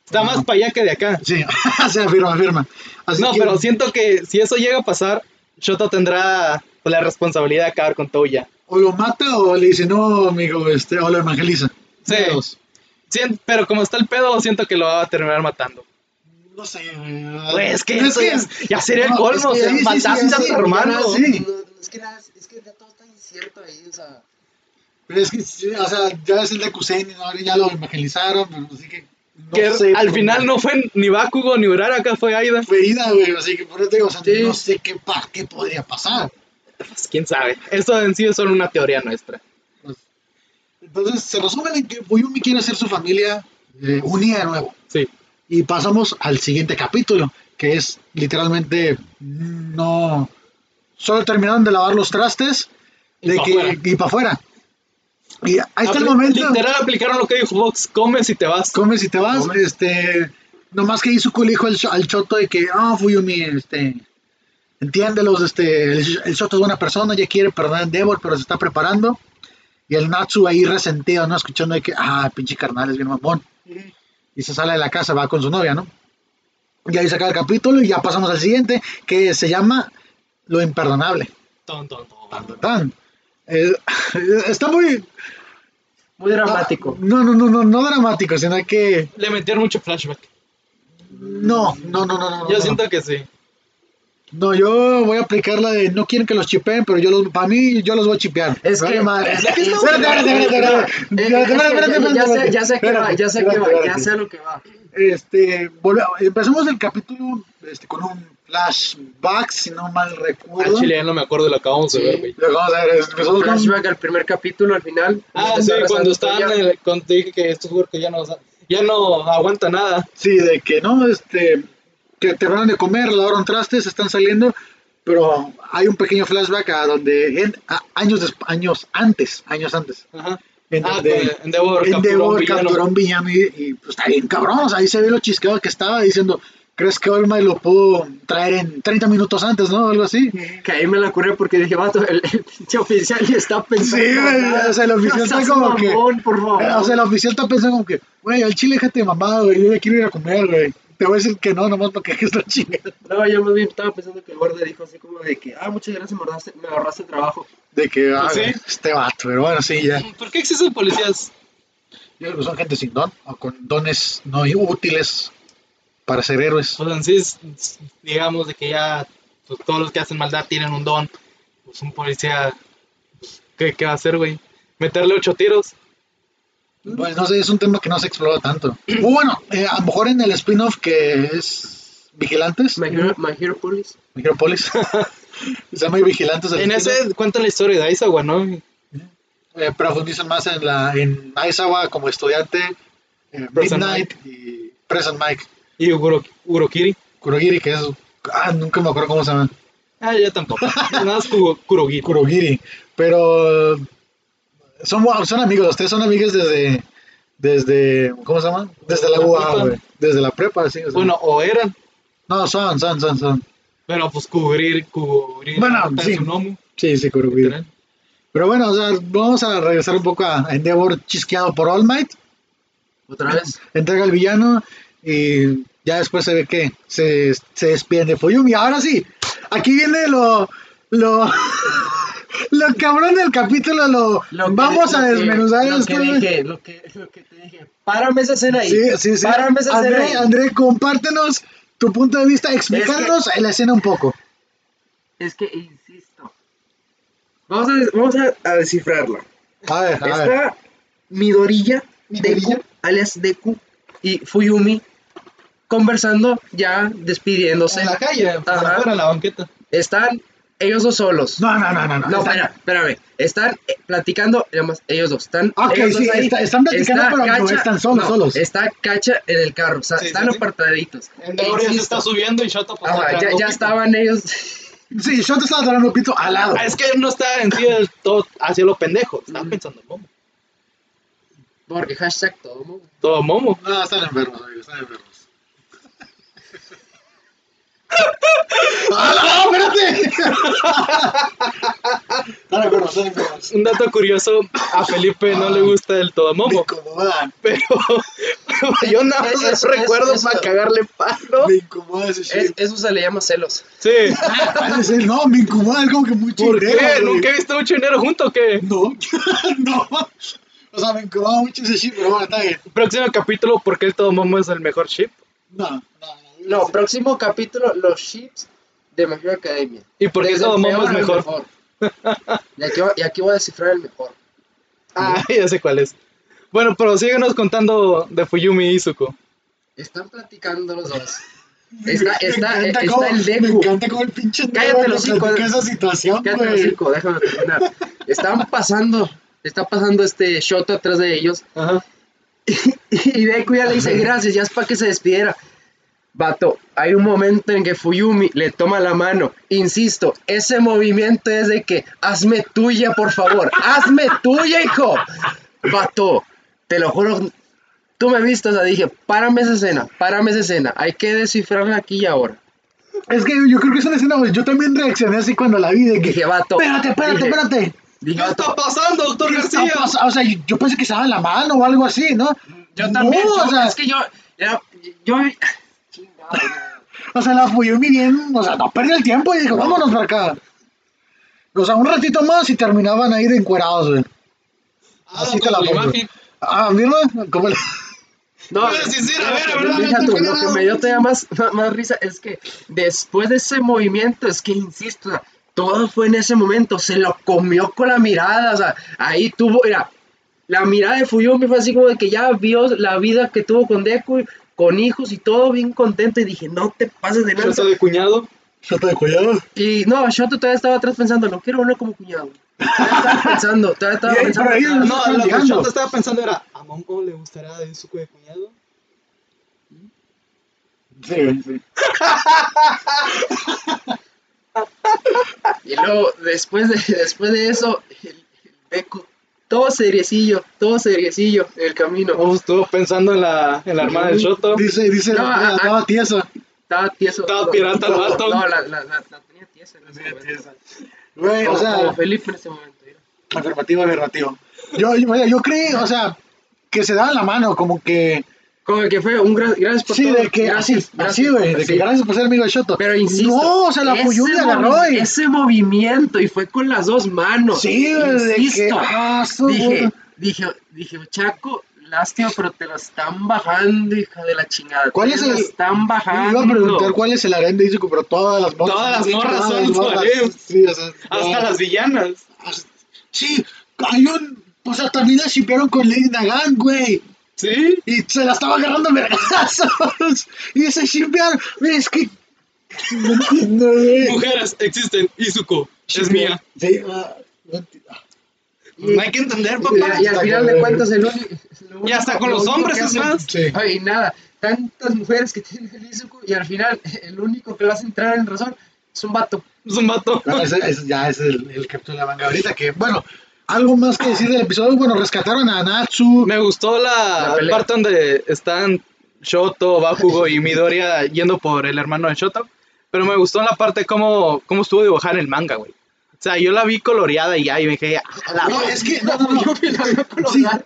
Speaker 2: Está más para allá que de acá.
Speaker 1: Sí, o sea, firma, firma. Así
Speaker 2: no,
Speaker 1: que-
Speaker 2: pero siento que si eso llega a pasar, Shoto tendrá pues, la responsabilidad de acabar con Touya.
Speaker 1: O lo mata o le dice, no, amigo, este, o lo evangeliza.
Speaker 2: Sí.
Speaker 1: Uno de dos.
Speaker 2: Sien- pero como está el pedo, siento que lo va a terminar matando.
Speaker 1: No sé, güey.
Speaker 2: Güey, es que eso ya, es- ya sería el
Speaker 1: no, es
Speaker 2: colmo,
Speaker 1: que
Speaker 2: o sea,
Speaker 1: sí, sí,
Speaker 2: mataste
Speaker 1: sí,
Speaker 2: a
Speaker 1: sí,
Speaker 2: tu hermano.
Speaker 1: sí.
Speaker 4: No, es que nada, es que ya todo está incierto ahí, o sea.
Speaker 1: Pero es que, sí, o sea, ya es el de Kusein, ¿no? ahora ya lo evangelizaron, pero así que. No
Speaker 2: que
Speaker 1: sé,
Speaker 2: al
Speaker 1: por-
Speaker 2: final no fue ni Bakugo ni Uraraka, fue Aida.
Speaker 1: Fue ida, güey, así que por eso te digo, o sea,
Speaker 4: Sí.
Speaker 1: no sé qué, pa- qué podría pasar.
Speaker 2: Pues, ¿Quién sabe? Eso en sí es solo una teoría nuestra.
Speaker 1: Entonces, se resumen en que Fuyumi quiere hacer su familia eh, unida de nuevo.
Speaker 2: Sí.
Speaker 1: Y pasamos al siguiente capítulo, que es literalmente no. Solo terminaron de lavar los trastes
Speaker 2: Y
Speaker 1: de
Speaker 2: pa'
Speaker 1: que,
Speaker 2: fuera.
Speaker 1: y para afuera. Y ahí está el
Speaker 2: Apli-
Speaker 1: momento.
Speaker 2: Literal aplicaron lo que dijo Vox, comes y te vas.
Speaker 1: Comes y te vas. Este, nomás que hizo culijo al, cho- al choto de que, ah, Fuyumi, este, entiéndelos, este, el, el choto es buena persona, ya quiere perdonar a Endeavor, pero se está preparando. Y el Natsu ahí resentido, ¿no? Escuchando de que, ah, pinche carnal, es bien mamón. Y se sale de la casa, va con su novia, ¿no? Y ahí se acaba el capítulo y ya pasamos al siguiente, que se llama Lo Imperdonable.
Speaker 2: Ton, ton, ton.
Speaker 1: Tan, tan, tan. Eh, está muy... Ah,
Speaker 4: Muy dramático.
Speaker 1: No, no, no, no, no dramático, sino que...
Speaker 2: Le metieron mucho flashback.
Speaker 1: No, no, no, no, no.
Speaker 2: Yo
Speaker 1: no.
Speaker 2: siento que sí.
Speaker 1: No, yo voy a aplicar la de no quieren que los chipeen, pero yo los, para mí, yo los voy a chipear.
Speaker 3: Es
Speaker 1: Vale
Speaker 3: que-
Speaker 1: madre.
Speaker 3: es que-
Speaker 1: Espérate, espérate, espérate, espérate. Espérate,
Speaker 3: Eh, eh, es
Speaker 1: espérate,
Speaker 3: que
Speaker 1: espérate,
Speaker 3: ya- ya sé- Ya sé que va,
Speaker 1: espérate.
Speaker 3: ya sé que va,
Speaker 1: Espérate,
Speaker 3: ya
Speaker 1: espérate.
Speaker 3: sé a lo que va.
Speaker 1: Este, volve- empezamos el capítulo este, con un flashback, si no mal
Speaker 2: Al
Speaker 1: recuerdo.
Speaker 2: chile ya no me acuerdo de lo que acabamos de
Speaker 3: Sí.
Speaker 2: ver, güey.
Speaker 1: Lo que vamos a ver es, empezamos con-
Speaker 3: Flashback al primer capítulo, al final.
Speaker 2: Ah,
Speaker 3: Está
Speaker 2: sí,
Speaker 3: rezando
Speaker 2: cuando
Speaker 3: todavía.
Speaker 2: estaban en el, cuando te dije que estos jugadores que ya no, ya no aguanta nada.
Speaker 1: Sí, de que no, este, que te van de comer, lavaron trastes, están saliendo, pero hay un pequeño flashback a donde en- a- años, des- años antes, años antes,
Speaker 2: Ajá.
Speaker 1: en
Speaker 2: Ah,
Speaker 1: donde
Speaker 2: con Endeavor capturó a un
Speaker 1: Endeavor
Speaker 2: villano.
Speaker 1: capturó a un villano y, y, pues está bien cabrón, o sea, ahí se ve lo chisqueado que estaba diciendo, ¿crees que Olma lo pudo traer en 30 minutos antes, no? Algo así.
Speaker 3: Que ahí me la ocurrió porque dije, vato, el el pinche oficial ya está pensando.
Speaker 1: Sí, güey,
Speaker 3: nada.
Speaker 1: o sea, el oficial
Speaker 3: No
Speaker 1: está
Speaker 3: seas
Speaker 1: como que-
Speaker 3: mamón, por favor.
Speaker 1: O sea, el oficial está pensando como que, güey, al chile déjate mamado, güey, yo ya quiero ir a comer, güey. Te voy a decir que no, nomás para que dejes la chingada.
Speaker 3: No, yo más bien estaba pensando que el guardia dijo así como de que, ah, muchas gracias, me ahorraste, me ahorraste el trabajo.
Speaker 1: De que, ah,
Speaker 2: Sí.
Speaker 1: güey, este vato, pero bueno, sí, ya.
Speaker 2: ¿Por qué existen policías?
Speaker 1: Yo creo que son gente sin don o con dones no útiles para ser héroes.
Speaker 2: Pues en sí, es- es- digamos de que ya pues, todos los que hacen maldad tienen un don. Pues un policía, pues, ¿qué, qué va a hacer, güey? Meterle ocho tiros.
Speaker 1: Pues no sé, es un tema que no se explora tanto. Muy bueno, eh, a lo mejor en el spin-off que es Vigilantes,
Speaker 3: My Hero, My Hero Police.
Speaker 1: Micropolis, se llama Vigilantes. el
Speaker 2: En
Speaker 1: spin-off.
Speaker 2: ese cuentan la historia de Aizawa, ¿no?
Speaker 1: Eh, profundizan más en, la, en Aizawa como estudiante, eh,
Speaker 2: Present
Speaker 1: Midnight y Present Mike.
Speaker 2: Y Uro- Urokiri.
Speaker 1: Kurogiri, que es. Ah, nunca me acuerdo cómo se llama.
Speaker 2: Ah, yo tampoco. Nada más Kuro- Kurogiri.
Speaker 1: Kurogiri. Pero. Son, guau- son amigos, los tres son amigos desde. desde ¿Cómo se llama? Desde la
Speaker 2: La
Speaker 1: UA,
Speaker 2: prepa.
Speaker 1: güey. Desde la prepa, sí. o sea.
Speaker 2: Bueno, o eran.
Speaker 1: No, son, son, son, son.
Speaker 2: Bueno, pues cubrir, cubrir.
Speaker 1: Bueno,
Speaker 2: la mata de
Speaker 1: sí.
Speaker 2: Tsunomu,
Speaker 1: Sí, sí, Kurogiri.
Speaker 2: literal.
Speaker 1: Pero bueno, o sea, vamos a regresar un poco a Endeavor chisqueado por All Might.
Speaker 3: Otra vez.
Speaker 1: Entrega al villano y ya después se ve que se, se despiden de Fuyumi. Ahora sí, aquí viene lo. Lo, lo cabrón del capítulo, lo,
Speaker 3: Lo que-
Speaker 1: vamos a
Speaker 3: lo que-
Speaker 1: desmenuzar
Speaker 3: lo
Speaker 1: esto.
Speaker 3: que
Speaker 1: güey.
Speaker 3: dije, lo que, lo que te dije. Párame esa escena ahí.
Speaker 1: Sí, sí, sí.
Speaker 3: Párame esa escena
Speaker 1: André,
Speaker 3: ahí.
Speaker 1: André, compártenos tu punto de vista, explícanos la escena un poco.
Speaker 3: Es que, insisto. Vamos a, des- vamos a, a descifrarla.
Speaker 1: A ver, a ver.
Speaker 3: Está Midorilla,
Speaker 1: Midoriya.
Speaker 3: Deku, alias Deku y Fuyumi conversando, ya despidiéndose.
Speaker 2: En la calle,
Speaker 3: Ajá.
Speaker 2: afuera, en la banqueta.
Speaker 3: Están ellos dos solos.
Speaker 1: No, no, no, no. Está-
Speaker 3: No, espera, espérame. Están eh, platicando, digamos, ellos dos. Están,
Speaker 1: Ah, ok,
Speaker 3: ellos dos
Speaker 1: sí,
Speaker 3: ahí.
Speaker 1: está- están platicando, pero no están solos, solos.
Speaker 3: Está Cacha en el carro, o sea,
Speaker 2: Sí,
Speaker 3: están
Speaker 2: sí, sí.
Speaker 3: apartaditos.
Speaker 2: Endeavor ya se
Speaker 3: Insisto.
Speaker 2: está subiendo y Shoto pues,
Speaker 3: Ajá,
Speaker 2: está
Speaker 3: Ah, ya,
Speaker 2: cagando
Speaker 3: ya
Speaker 2: pito.
Speaker 3: estaban ellos.
Speaker 1: Sí, yo te estaba dando pito al lado.
Speaker 2: Ah, Es que no está en sí del todo hacia lo pendejo. Está
Speaker 3: Ujú.
Speaker 2: pensando en Momo.
Speaker 3: Porque hashtag todo mundo.
Speaker 2: Todo Momo.
Speaker 1: No, están enfermos, amigos, están enfermos. ¡Ah, no, espérate! están enfermos, están enfermos.
Speaker 2: Un dato curioso, a Felipe no le gusta el todo
Speaker 1: Me
Speaker 2: Momo,
Speaker 1: incomodan,
Speaker 2: pero yo nada más
Speaker 3: Es- es-
Speaker 2: lo recuerdo
Speaker 3: es-
Speaker 2: para
Speaker 3: es-
Speaker 2: cagarle palo.
Speaker 1: me incomoda ese
Speaker 3: Es-
Speaker 1: shit.
Speaker 3: eso se le llama celos.
Speaker 2: Sí.
Speaker 1: Ha de ser, no, me incomoda, es como que muy chingón,
Speaker 2: ¿Por qué?
Speaker 1: güey.
Speaker 2: ¿Nunca he visto mucho dinero junto o qué?
Speaker 1: No, no. O sea, me incomoda mucho ese shit, pero bueno, está bien.
Speaker 2: Próximo capítulo, ¿por qué el todo Momo es el mejor chip?
Speaker 1: No, no, no.
Speaker 3: No, próximo capítulo, los chips de My Hero Academia.
Speaker 2: ¿Y por qué
Speaker 3: Desde
Speaker 2: todo
Speaker 3: el
Speaker 2: Momo
Speaker 3: peor
Speaker 2: es
Speaker 3: al
Speaker 2: mejor?
Speaker 3: y, aquí, va- y aquí voy a descifrar el mejor.
Speaker 2: Ah, ya sé cuál es. Bueno, pero síguenos contando de Fuyumi y Izuku.
Speaker 3: Están platicando los dos. Está,
Speaker 1: Me
Speaker 3: está,
Speaker 1: encanta
Speaker 3: está
Speaker 1: cómo-
Speaker 3: el
Speaker 1: Me
Speaker 3: Deku.
Speaker 1: encanta como el pinche
Speaker 3: Cállate
Speaker 1: Nero
Speaker 3: los
Speaker 1: nos
Speaker 3: hijos.
Speaker 1: platica esa situación,
Speaker 3: Cállate el
Speaker 1: güey.
Speaker 3: hocico, déjame terminar. Están pasando, está pasando este shot atrás de ellos.
Speaker 2: Ajá.
Speaker 3: Y Deku ya le dice gracias, ya es para que se despidiera. Vato, hay un momento en que Fuyumi le toma la mano. Insisto, ese movimiento es de que hazme tuya, por favor. Hazme tuya, hijo. Vato, te lo juro. Tú me viste, o sea, dije, párame esa escena, párame esa escena. Hay que descifrarla aquí y ahora.
Speaker 1: Es que yo creo que es una escena, güey. Yo también reaccioné así cuando la vi. De que,
Speaker 3: Dije, vato.
Speaker 1: espérate, espérate,
Speaker 3: dije-
Speaker 1: espérate.
Speaker 3: Dije,
Speaker 2: ¿Qué está
Speaker 3: vato,
Speaker 2: pasando, doctor
Speaker 1: ¿Qué está
Speaker 2: García?
Speaker 1: pasando? O sea, yo, yo pensé que estaba en la mano o algo así, ¿no?
Speaker 3: yo también.
Speaker 1: No,
Speaker 3: yo-
Speaker 1: o, sea,
Speaker 3: es que yo. Yo. yo-
Speaker 1: o sea, la Fuyumi bien, o sea, no perdió el tiempo y dijo, vámonos para acá. O sea, un ratito más y terminaban ahí de encuerados, güey.
Speaker 2: Ah,
Speaker 1: Así te la
Speaker 2: como
Speaker 1: pongo.
Speaker 2: imagen.
Speaker 1: Ah, mira, ¿cómo le-
Speaker 2: No,
Speaker 3: eh,
Speaker 2: es decir, a ver, a ver,
Speaker 3: Pero
Speaker 2: dame
Speaker 3: mija,
Speaker 2: otro
Speaker 3: tú, lo
Speaker 2: canal.
Speaker 3: que me dio todavía más, más, más risa es que después de ese movimiento, es que insisto, o sea, todo fue en ese momento, se lo comió con la mirada, o sea, ahí tuvo, mira, la mirada de Fuyumi fue así como de que ya vio la vida que tuvo con Deku, con hijos y todo bien contento, y dije, no te pases de
Speaker 2: Choto
Speaker 3: lanza.
Speaker 2: de cuñado.
Speaker 1: Yo te cuidado.
Speaker 3: Y no, Shoto todavía estaba atrás pensando, no quiero uno como cuñado. Todavía estaba pensando, todavía estaba
Speaker 1: Y ahí
Speaker 3: pensando.
Speaker 1: por ahí,
Speaker 3: "Ah,
Speaker 2: No, lo que
Speaker 1: llegando.
Speaker 2: yo estaba pensando era, ¿a Mongo le gustará de suco de cuñado?
Speaker 1: Sí, güey, sí.
Speaker 3: Y luego, después de, después de eso, el, el Deku, todo seriecillo, todo seriecillo en el camino.
Speaker 2: Oh, estuvo pensando en la, en la hermana del Choto.
Speaker 1: Dice, dice,
Speaker 3: No,
Speaker 1: la-
Speaker 3: ah,
Speaker 1: estaba tiesa.
Speaker 3: Estaba tieso.
Speaker 2: Estaba
Speaker 3: no,
Speaker 2: pirata el vato.
Speaker 3: No, la, la, la, la tenía tiesa en ese momento.
Speaker 1: Güey, o
Speaker 3: Como,
Speaker 1: sea,
Speaker 3: como Felipe en ese momento. mira.
Speaker 1: afirmativo, afirmativo. Yo, yo, vaya, yo creí, o sea, que se daban la mano, como que.
Speaker 3: Como que fue un gra- gracias por
Speaker 1: Sí,
Speaker 3: todo.
Speaker 1: de que
Speaker 3: gracias,
Speaker 1: así, así, güey, de que
Speaker 3: sí.
Speaker 1: gracias por ser amigo de Shoto.
Speaker 3: Pero insisto,
Speaker 1: No, o sea, la Fuyumi
Speaker 3: ese
Speaker 1: agarró
Speaker 3: movi-
Speaker 1: y.
Speaker 3: Ese movimiento, y fue con las dos manos.
Speaker 1: Sí, güey, de que.
Speaker 3: insisto.
Speaker 1: Ah, su
Speaker 3: Dije,
Speaker 1: puta.
Speaker 3: dije, dije, Chaco, lástima, pero te lo están bajando, hija de la chingada.
Speaker 1: ¿Cuál
Speaker 3: Te
Speaker 1: es
Speaker 3: lo
Speaker 1: el-
Speaker 3: están
Speaker 1: Yo
Speaker 3: bajando.
Speaker 1: Iba a preguntar cuál es el harem de Izuku, pero todas las morras.
Speaker 2: Todas las morras
Speaker 1: todas
Speaker 2: son
Speaker 1: las
Speaker 2: su
Speaker 1: morras.
Speaker 2: harem.
Speaker 1: Sí, o sea.
Speaker 2: Hasta
Speaker 1: no.
Speaker 2: las villanas.
Speaker 1: Sí, hay un. O sea, también la shippearon con Lady Nagan, güey.
Speaker 2: ¿Sí?
Speaker 1: Y se la estaba agarrando a vergazos. Y ese shippear, mira, es que. No entiendo, güey.
Speaker 2: Mujeres existen. Izuko es mía.
Speaker 1: Sí, ah, no entiendo.
Speaker 2: No hay que entender,
Speaker 3: Y,
Speaker 2: papá.
Speaker 3: y al final de cuentas, el único.
Speaker 2: Y hasta con los hombres es más.
Speaker 1: Sí.
Speaker 3: Ay, nada, tantas mujeres que tiene el Izuku, y al final, el único que lo hace entrar en razón es un vato.
Speaker 2: Es un vato.
Speaker 1: Bueno, ese, ese ya es el, el capítulo de la manga ahorita. Que bueno, algo más que decir del episodio. Bueno, rescataron a Natsu.
Speaker 2: Me gustó la,
Speaker 3: La pelea.
Speaker 2: parte donde están Shoto, Bakugo y Midoriya yendo por el hermano de Shoto. Pero me gustó la parte cómo, cómo estuvo dibujada en el manga, güey. O sea, yo la vi coloreada y ya, y me dije, "Ah, "A la
Speaker 1: No, es que. No, no, no.
Speaker 3: Yo vi la veo
Speaker 1: Sí.
Speaker 3: colorada.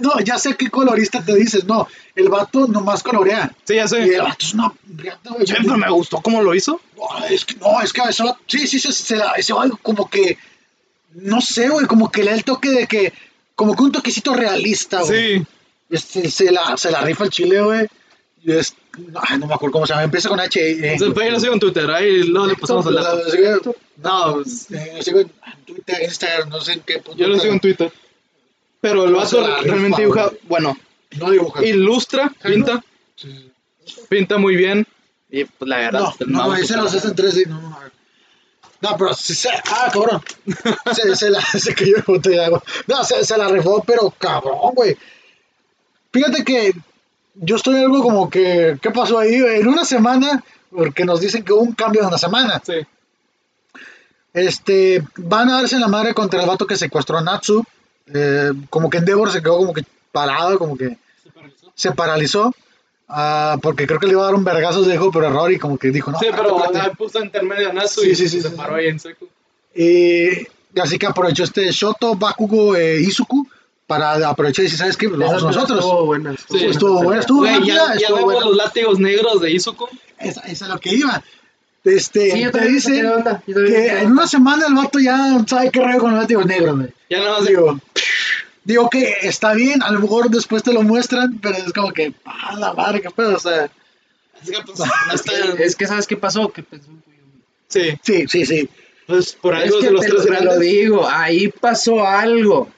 Speaker 1: No, ya sé qué colorista te dices. No, el vato nomás colorea.
Speaker 2: Sí, ya sé.
Speaker 1: Y el vato es una riata, güey.
Speaker 2: Sí, pero me gustó cómo lo hizo.
Speaker 1: No, es que, no, es que ese vato- sí, sí, se, se la- ese vato como que, no sé, güey, como que le da el toque de que, como que un toquecito realista, güey.
Speaker 2: Sí.
Speaker 1: Este, se, la, se la rifa el chile, güey. Y es- ay, no me acuerdo cómo se llama, empieza con H. eh.
Speaker 2: Entonces, pues, yo lo sigo en Twitter, ahí luego le pasamos el
Speaker 1: O sea,
Speaker 2: dato.
Speaker 1: lo sigo-
Speaker 2: No, pues,
Speaker 1: eh, lo sigo en Twitter, Instagram, no sé en qué puto.
Speaker 2: yo lo sigo en Twitter. Pero el
Speaker 1: No, se
Speaker 2: vato
Speaker 1: la rifa,
Speaker 2: realmente dibuja,
Speaker 1: güey.
Speaker 2: bueno,
Speaker 1: No dibuja.
Speaker 2: ilustra, pinta,
Speaker 1: Sí.
Speaker 2: pinta muy bien. Y pues la verdad,
Speaker 1: No, no,
Speaker 2: vamos a
Speaker 1: ese los
Speaker 2: escuchar.
Speaker 1: hace en 3D, no, no. No, pero se, se- ah, cabrón. Se, se la, se cayó el bote de agua. No, se, se la rifó, pero cabrón, güey. Fíjate que yo estoy algo como que, ¿qué pasó ahí? güey? En una semana, porque nos dicen que hubo un cambio de una semana.
Speaker 2: Sí.
Speaker 1: Este, van a darse la madre contra el vato que secuestró a Natsu. Eh, como que Endeavor se quedó como que parado, como que se paralizó. Ah, porque creo que le iba a dar un vergazo de hijo por error y como que dijo, no.
Speaker 2: Ah, Sí,
Speaker 1: espérate,
Speaker 2: pero
Speaker 1: espérate".
Speaker 2: la puso intermedio a Natsu
Speaker 1: Sí,
Speaker 2: y
Speaker 1: sí, sí,
Speaker 2: se
Speaker 1: sí,
Speaker 2: paró
Speaker 1: sí.
Speaker 2: ahí en seco.
Speaker 1: Eh, así que aprovechó este Shoto, Bakugo, eh, Izuku para aprovechar y decir, ¿sabes qué? Pues vamos
Speaker 3: Esa
Speaker 1: nosotros.
Speaker 3: Estuvo buena. estuvo
Speaker 2: Sí,
Speaker 3: buena
Speaker 1: estuvo
Speaker 3: esa
Speaker 1: buena,
Speaker 3: pelea.
Speaker 1: estuvo
Speaker 2: Güey,
Speaker 1: rápida,
Speaker 2: ya, ya
Speaker 1: estuvo
Speaker 2: vemos
Speaker 1: buena.
Speaker 2: los látigos negros de Izuku.
Speaker 1: Esa, esa es lo que iba. Este,
Speaker 3: Sí, yo
Speaker 1: te
Speaker 3: también me saqué
Speaker 1: dice
Speaker 3: de onda, yo también me
Speaker 1: que
Speaker 3: saqué de
Speaker 1: en
Speaker 3: onda.
Speaker 1: una semana el vato ya sabe qué rollo con los látigos negros, güey.
Speaker 2: Ya nada más digo,
Speaker 1: Digo, digo que está bien, a lo mejor después te lo muestran, pero es como que, ah, la madre, qué pedo, o sea.
Speaker 2: es que pues, no
Speaker 3: Es
Speaker 2: está.
Speaker 3: que, es que, ¿sabes qué pasó? Que pensó en Fuyumi.
Speaker 2: Sí,
Speaker 1: Sí, sí, sí.
Speaker 2: pues por
Speaker 3: Es
Speaker 2: algo
Speaker 3: que
Speaker 2: de los
Speaker 3: te, lo,
Speaker 2: tres
Speaker 3: te lo
Speaker 2: grandes.
Speaker 3: digo, ahí pasó algo.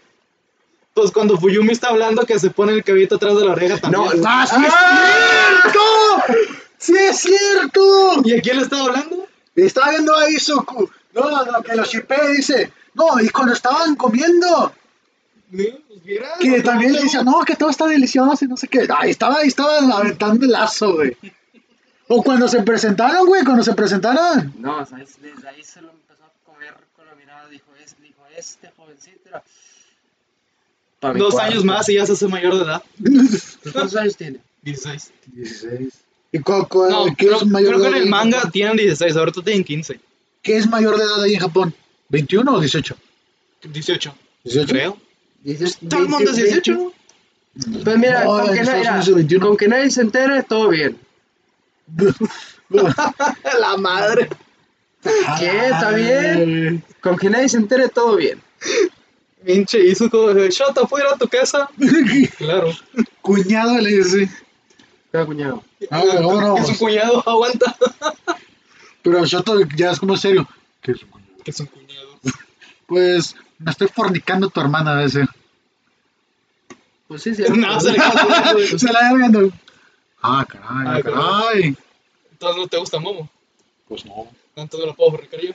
Speaker 2: Pues cuando Fuyumi está hablando, que se pone el cabello atrás de la oreja también.
Speaker 3: No, ¡Ah! no.
Speaker 1: ¡Ah, sí es cierto! ¡Sí es cierto!
Speaker 2: ¿Y a quién le estaba hablando?
Speaker 1: Y estaba viendo a Izuku. No, lo que lo chipé dice. No, y cuando estaban comiendo,
Speaker 2: pues
Speaker 1: que también le decía, no, que todo está delicioso y no sé qué. Ahí estaba, ahí estaba aventando el lazo, güey. O cuando se presentaron, güey, cuando se presentaron.
Speaker 3: No, ¿sabes? desde ahí se lo empezó a comer con la mirada. Dijo, es, dijo este jovencito era... Pa' mi
Speaker 2: Dos
Speaker 3: cuarto.
Speaker 2: años más y ya se hace mayor de edad.
Speaker 3: ¿Cuántos años tiene?
Speaker 2: 16.
Speaker 1: 16. ¿Y cu- cu-
Speaker 2: No,
Speaker 1: qué
Speaker 2: creo,
Speaker 1: Ah, es mayor
Speaker 2: creo
Speaker 1: de
Speaker 2: que en
Speaker 1: edad
Speaker 2: el
Speaker 1: ahí
Speaker 2: manga
Speaker 1: Japón?
Speaker 2: tienen 16, ahorita tienen 15.
Speaker 1: ¿Qué es mayor de edad ahí en Japón? ¿21 o 18?
Speaker 2: 18,
Speaker 1: 18.
Speaker 2: creo.
Speaker 3: Dices,
Speaker 2: Todo el mundo es 18, ¿no?
Speaker 3: Pues mira,
Speaker 1: No, en
Speaker 3: con, que
Speaker 1: Estados
Speaker 3: nadie,
Speaker 1: Unidos es 21.
Speaker 3: con que nadie se entere, todo bien.
Speaker 2: La madre.
Speaker 3: ¿Qué? ¿Está bien? Con que nadie se entere, todo bien.
Speaker 2: Pinche Izuku, Shota, fuera a tu casa. claro.
Speaker 1: Cuñado le dice.
Speaker 3: Cada cuñado.
Speaker 1: Ah, no, no.
Speaker 2: Es un cuñado, aguanta.
Speaker 1: Pero Shoto ya es como serio. ¿Qué es un cuñado?
Speaker 2: Que es un cuñado.
Speaker 1: Pues me estoy fornicando a tu hermana a veces.
Speaker 3: Pues sí, sí.
Speaker 2: No, se le acaba de-
Speaker 1: Se la vergando. Ah, caray,
Speaker 2: Ay,
Speaker 1: ah, caray.
Speaker 2: Entonces no te gusta Momo.
Speaker 1: Pues no.
Speaker 2: Entonces lo puedo fornicar yo.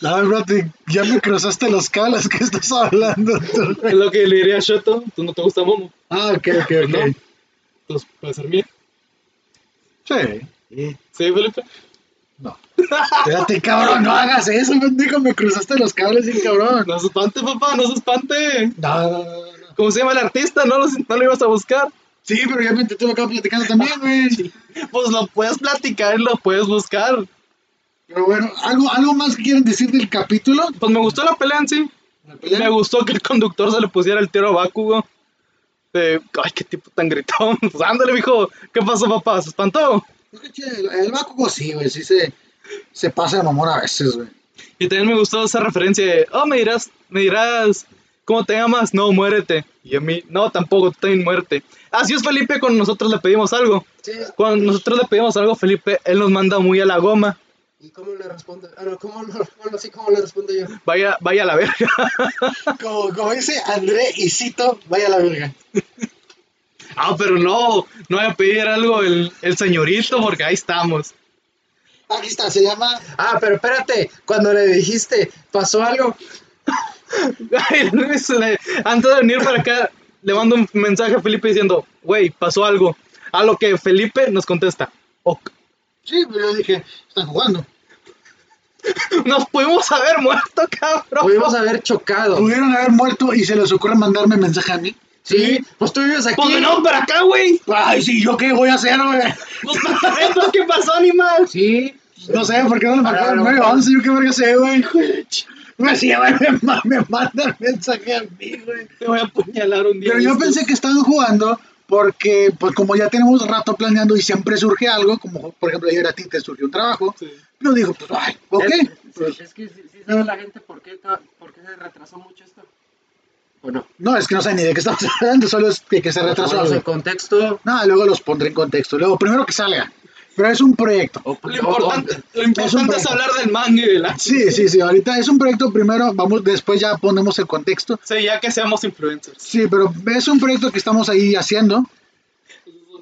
Speaker 1: La verdad, te- ya me cruzaste los cables que estás hablando. tú.
Speaker 2: Es lo que le diría a Shoto. Tú no te gusta Momo.
Speaker 1: Ah, ok, ok,
Speaker 2: Pues
Speaker 1: ok.
Speaker 2: no. Entonces puede ser bien.
Speaker 1: Sí.
Speaker 2: Sí, Felipe.
Speaker 1: No. Espérate, cabrón, no hagas eso, pendejo. Me cruzaste los cables sin cabrón.
Speaker 2: No se espante, papá, no se espante.
Speaker 1: No, no, no, no, no.
Speaker 2: ¿Cómo se llama el artista? No lo, no lo ibas a buscar.
Speaker 1: Sí, pero ya me te tuve acá platicando también, güey.
Speaker 2: Pues lo puedes platicar y lo puedes buscar.
Speaker 1: Pero bueno, ¿algo, ¿algo más que quieren decir del capítulo?
Speaker 2: Pues me gustó la pelea en sí.
Speaker 1: ¿La pelea?
Speaker 2: Me gustó que el conductor se le pusiera el tiro a Bakugo. Eh, ay, qué tipo tan gritón. Pues ándale, mijo. ¿Qué pasó, papá? ¿Se espantó?
Speaker 1: Es que, che, El, el Bakugo sí, güey, sí se, se pasa de mamón a veces, güey.
Speaker 2: Y también me gustó esa referencia de, oh, me dirás, me dirás, ¿cómo te llamas? No, muérete. Y a mí, no, tampoco, tú también muérete. Así es, Felipe, cuando nosotros le pedimos algo.
Speaker 3: Sí.
Speaker 2: Cuando nosotros le pedimos algo, Felipe, él nos manda muy a la goma.
Speaker 3: ¿Y cómo le respondo? Ah, no, ¿cómo no? Bueno, sí, ¿cómo le respondo yo?
Speaker 2: Vaya, vaya a la verga.
Speaker 1: Como, como dice André y Cito, vaya a la verga.
Speaker 2: Ah, pero no, no voy a pedir algo el, el señorito porque ahí estamos.
Speaker 1: Aquí está, se llama.
Speaker 3: Ah, pero espérate, cuando le dijiste, pasó algo.
Speaker 2: Ay, Luis, le- antes de venir para acá, le mando un mensaje a Felipe diciendo, güey, pasó algo. A lo que Felipe nos contesta, ok.
Speaker 1: Sí, pero yo dije, están jugando.
Speaker 2: Nos pudimos haber muerto, cabrón.
Speaker 3: Pudimos haber chocado.
Speaker 1: Pudieron haber muerto y se les ocurre mandarme mensaje a mí.
Speaker 3: Sí, pues tú vives aquí.
Speaker 2: Pues venimos para acá, güey.
Speaker 1: Ay, sí, ¿yo qué voy a hacer, güey?
Speaker 2: Pues para que veas lo que pasó, animal.
Speaker 3: Sí.
Speaker 1: No sé, ¿por qué no le marcaron
Speaker 3: Ahora,
Speaker 1: 9
Speaker 3: ahora.
Speaker 1: 11? ¿Yo qué verga sé, güey? Hijo de ch- Me sí, güey, me, ma- me mandan mensaje a mí, güey.
Speaker 2: Te voy a apuñalar un día.
Speaker 1: Pero yo
Speaker 2: estos.
Speaker 1: pensé que estaban jugando porque, pues como ya tenemos rato planeando y siempre surge algo, como por ejemplo ayer a ti te surgió un trabajo,
Speaker 2: Sí.
Speaker 1: no dijo, pues, ay, ok. pues,
Speaker 3: Es que sí, sí sabe la gente por qué, ta- por qué se retrasó mucho esto. Bueno,
Speaker 1: no, es que no sé ni de qué estamos hablando, solo es de que se retrasó
Speaker 3: ponemos en
Speaker 1: algo.
Speaker 3: contexto.
Speaker 1: Nada, luego los pondré en contexto. Luego, primero que salga. Pero es un proyecto.
Speaker 3: o-
Speaker 2: Lo
Speaker 3: o-
Speaker 2: importante, lo
Speaker 1: Es un
Speaker 2: importante es
Speaker 1: proyecto.
Speaker 2: hablar del manga y del anime.
Speaker 1: Sí, sí, sí. Ahorita es un proyecto primero, vamos, después ya ponemos el contexto.
Speaker 2: Sí, ya que seamos influencers.
Speaker 1: Sí, pero es un proyecto que estamos ahí haciendo.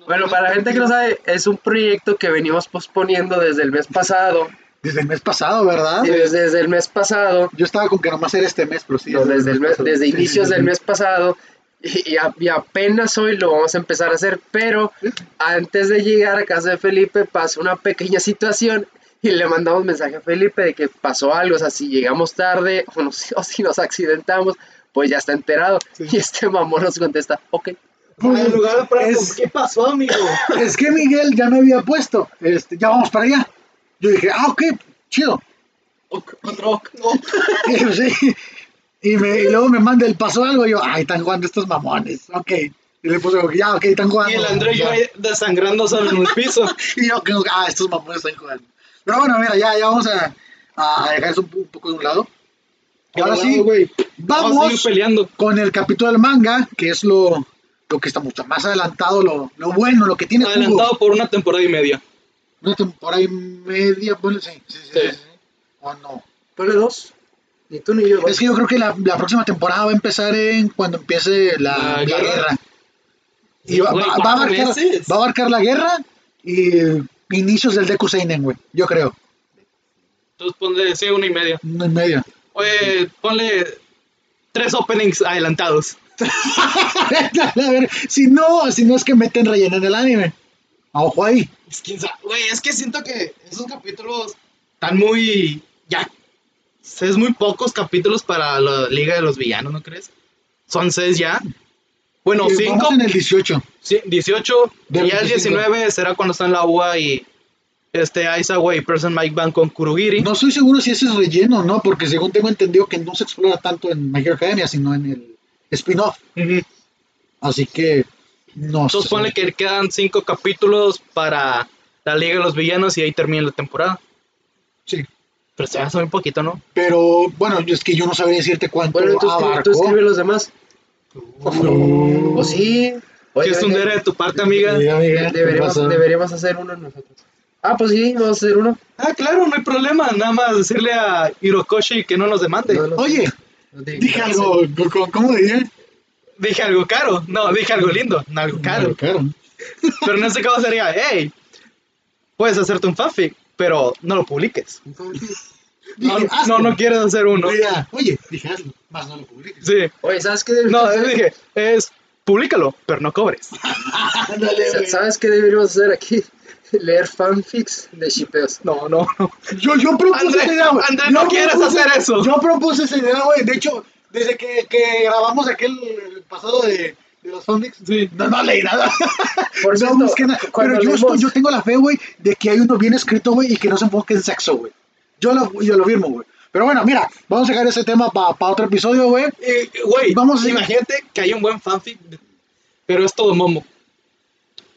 Speaker 3: Bueno, para la gente que no sabe, es un proyecto que venimos posponiendo desde el mes pasado.
Speaker 1: Desde el mes pasado, ¿verdad?
Speaker 3: Desde, desde el mes pasado,
Speaker 1: Yo estaba con que nomás era este mes, pero sí.
Speaker 3: no,
Speaker 1: es
Speaker 3: desde, el mes-
Speaker 1: pasado.
Speaker 3: desde
Speaker 1: Sí, sí,
Speaker 3: inicios
Speaker 1: sí,
Speaker 3: del
Speaker 1: sí.
Speaker 3: mes pasado. Y, y a- y apenas hoy lo vamos a empezar a hacer, pero antes de llegar a casa de Felipe pasó una pequeña situación y le mandamos mensaje a Felipe de que pasó algo, o sea, si llegamos tarde o, nos- o si nos accidentamos, pues ya está enterado. Y este mamón nos contesta, ok,
Speaker 2: Ah, en lugar de parar,
Speaker 1: Es-
Speaker 2: pues, ¿qué pasó, amigo?
Speaker 1: Es que Miguel ya me había puesto. Este, ya vamos para allá. Yo dije, ah, ok, chido.
Speaker 2: Ok, otro, ok, ok.
Speaker 1: Y, yo, sí. Y me, y luego me manda el paso algo. Y yo, ay, están jugando estos mamones. Ok. Y le puse, ya, ok, están jugando.
Speaker 2: Y el André y yo
Speaker 1: Ya.
Speaker 2: ahí desangrándose en el piso.
Speaker 1: Y yo creo que, ah, estos mamones están jugando. Pero bueno, mira, ya, ya vamos a, a dejar eso un, po- un poco de un lado. Y ahora sí,
Speaker 2: güey.
Speaker 1: vamos,
Speaker 2: Vamos a seguir peleando.
Speaker 1: con el capítulo del manga, que es lo, lo que está mucho más adelantado, lo, lo bueno, lo que tiene jugo.
Speaker 2: Adelantado por una temporada y media.
Speaker 1: Una temporada y media, bueno, sí, sí, sí,
Speaker 2: Sí.
Speaker 1: sí, sí. O no.
Speaker 3: ponle dos, ni tú ni yo.
Speaker 1: Es que yo creo que la, la próxima temporada va a empezar en cuando empiece la,
Speaker 2: La
Speaker 1: la
Speaker 2: guerra.
Speaker 1: guerra. Y va,
Speaker 2: Güey,
Speaker 1: va- va a
Speaker 2: ¿cuatro
Speaker 1: abarcar,
Speaker 2: meses?
Speaker 1: va a abarcar la guerra y inicios del Deku Seinen, güey. Yo creo.
Speaker 2: Entonces ponle, sí, una y media.
Speaker 1: Una y media.
Speaker 2: Oye, ponle tres openings adelantados.
Speaker 1: A ver, si no, si no es que meten relleno en el anime. A Ojo ahí.
Speaker 2: Es que, güey, es que siento que esos capítulos están muy. Ya. Es muy pocos capítulos para la Liga de los Villanos, ¿no crees? Son seis ya. Bueno,
Speaker 1: Y
Speaker 2: cinco.
Speaker 1: Eh, Vamos en el 18.
Speaker 2: sí, 18.
Speaker 1: Del
Speaker 2: y ya el
Speaker 1: 25.
Speaker 2: 19 será cuando están la UA y. Este, Aizawa y Person Mike van con Kurugiri.
Speaker 1: No estoy seguro si ese es relleno o no, porque según tengo entendido que no se explora tanto en My Hero Academia, sino en el spin-off.
Speaker 2: Ujú.
Speaker 1: Así que no sé.
Speaker 2: Entonces ponle que quedan cinco capítulos para la Liga de los Villanos y ahí termina la temporada.
Speaker 1: Sí.
Speaker 2: Pero se hace muy poquito, ¿no?
Speaker 1: Pero bueno, yo- es que yo no sabría decirte cuánto
Speaker 3: Bueno, tú, escribe-
Speaker 1: abarcó. Mm.
Speaker 3: tú escribe los demás. O Oh, sí.
Speaker 2: ¿Qué
Speaker 3: Oye,
Speaker 2: es un
Speaker 3: oye,
Speaker 2: dere de tu parte, amiga?
Speaker 1: Sí, amiga, ¿qué
Speaker 3: deberíamos,
Speaker 1: pasó?
Speaker 3: deberíamos hacer uno nosotros. Ah, pues sí, vamos a hacer uno.
Speaker 2: Ah, claro, no hay problema. Nada más decirle a Hirokoshi que no nos demande.
Speaker 3: No, no.
Speaker 1: Oye,
Speaker 3: No tiene que
Speaker 1: dije
Speaker 3: hacer.
Speaker 1: algo, ¿cómo, cómo diría?
Speaker 2: Dije algo caro. No, dije algo lindo. no, algo caro.
Speaker 1: claro.
Speaker 2: Pero en este caso sería, hey, puedes hacerte un fanfic, pero no lo publiques. No,
Speaker 1: Dije, hazlo.
Speaker 2: no, no quieres hacer uno.
Speaker 1: Diría, Oye, dije hazlo, más no lo publiques.
Speaker 2: Sí.
Speaker 3: Oye, ¿sabes qué?
Speaker 2: No,
Speaker 3: deberíamos
Speaker 2: yo
Speaker 3: hacer?
Speaker 2: dije, es, públicalo, pero no cobres.
Speaker 1: Ándale,
Speaker 3: Sa-
Speaker 1: güey.
Speaker 3: ¿Sabes qué deberíamos hacer aquí? Leer fanfics de shipeos.
Speaker 2: No, no, no.
Speaker 1: Yo, yo propuse
Speaker 2: André,
Speaker 1: esa idea, güey.
Speaker 2: André,
Speaker 1: Yo
Speaker 2: no quieras
Speaker 1: propuse-
Speaker 2: hacer eso.
Speaker 1: Yo propuse esa idea, güey. De hecho, desde que, que grabamos aquel el pasado de, de los Sonics,
Speaker 2: Sí.
Speaker 1: no, no leí nada.
Speaker 3: Por
Speaker 1: No
Speaker 3: cierto,
Speaker 1: busqué nada.
Speaker 3: cuando
Speaker 1: Pero yo,
Speaker 3: leemos-
Speaker 1: estoy- yo tengo la fe, güey, de que hay uno bien escrito, güey, y que no se enfoque en sexo, güey. Yo lo, yo lo firmo, güey. Pero bueno, mira, vamos a dejar ese tema para otro episodio, güey.
Speaker 2: Eh, Güey,
Speaker 1: Vamos a-
Speaker 2: imagínate que hay un buen fanfic, pero es todo momo.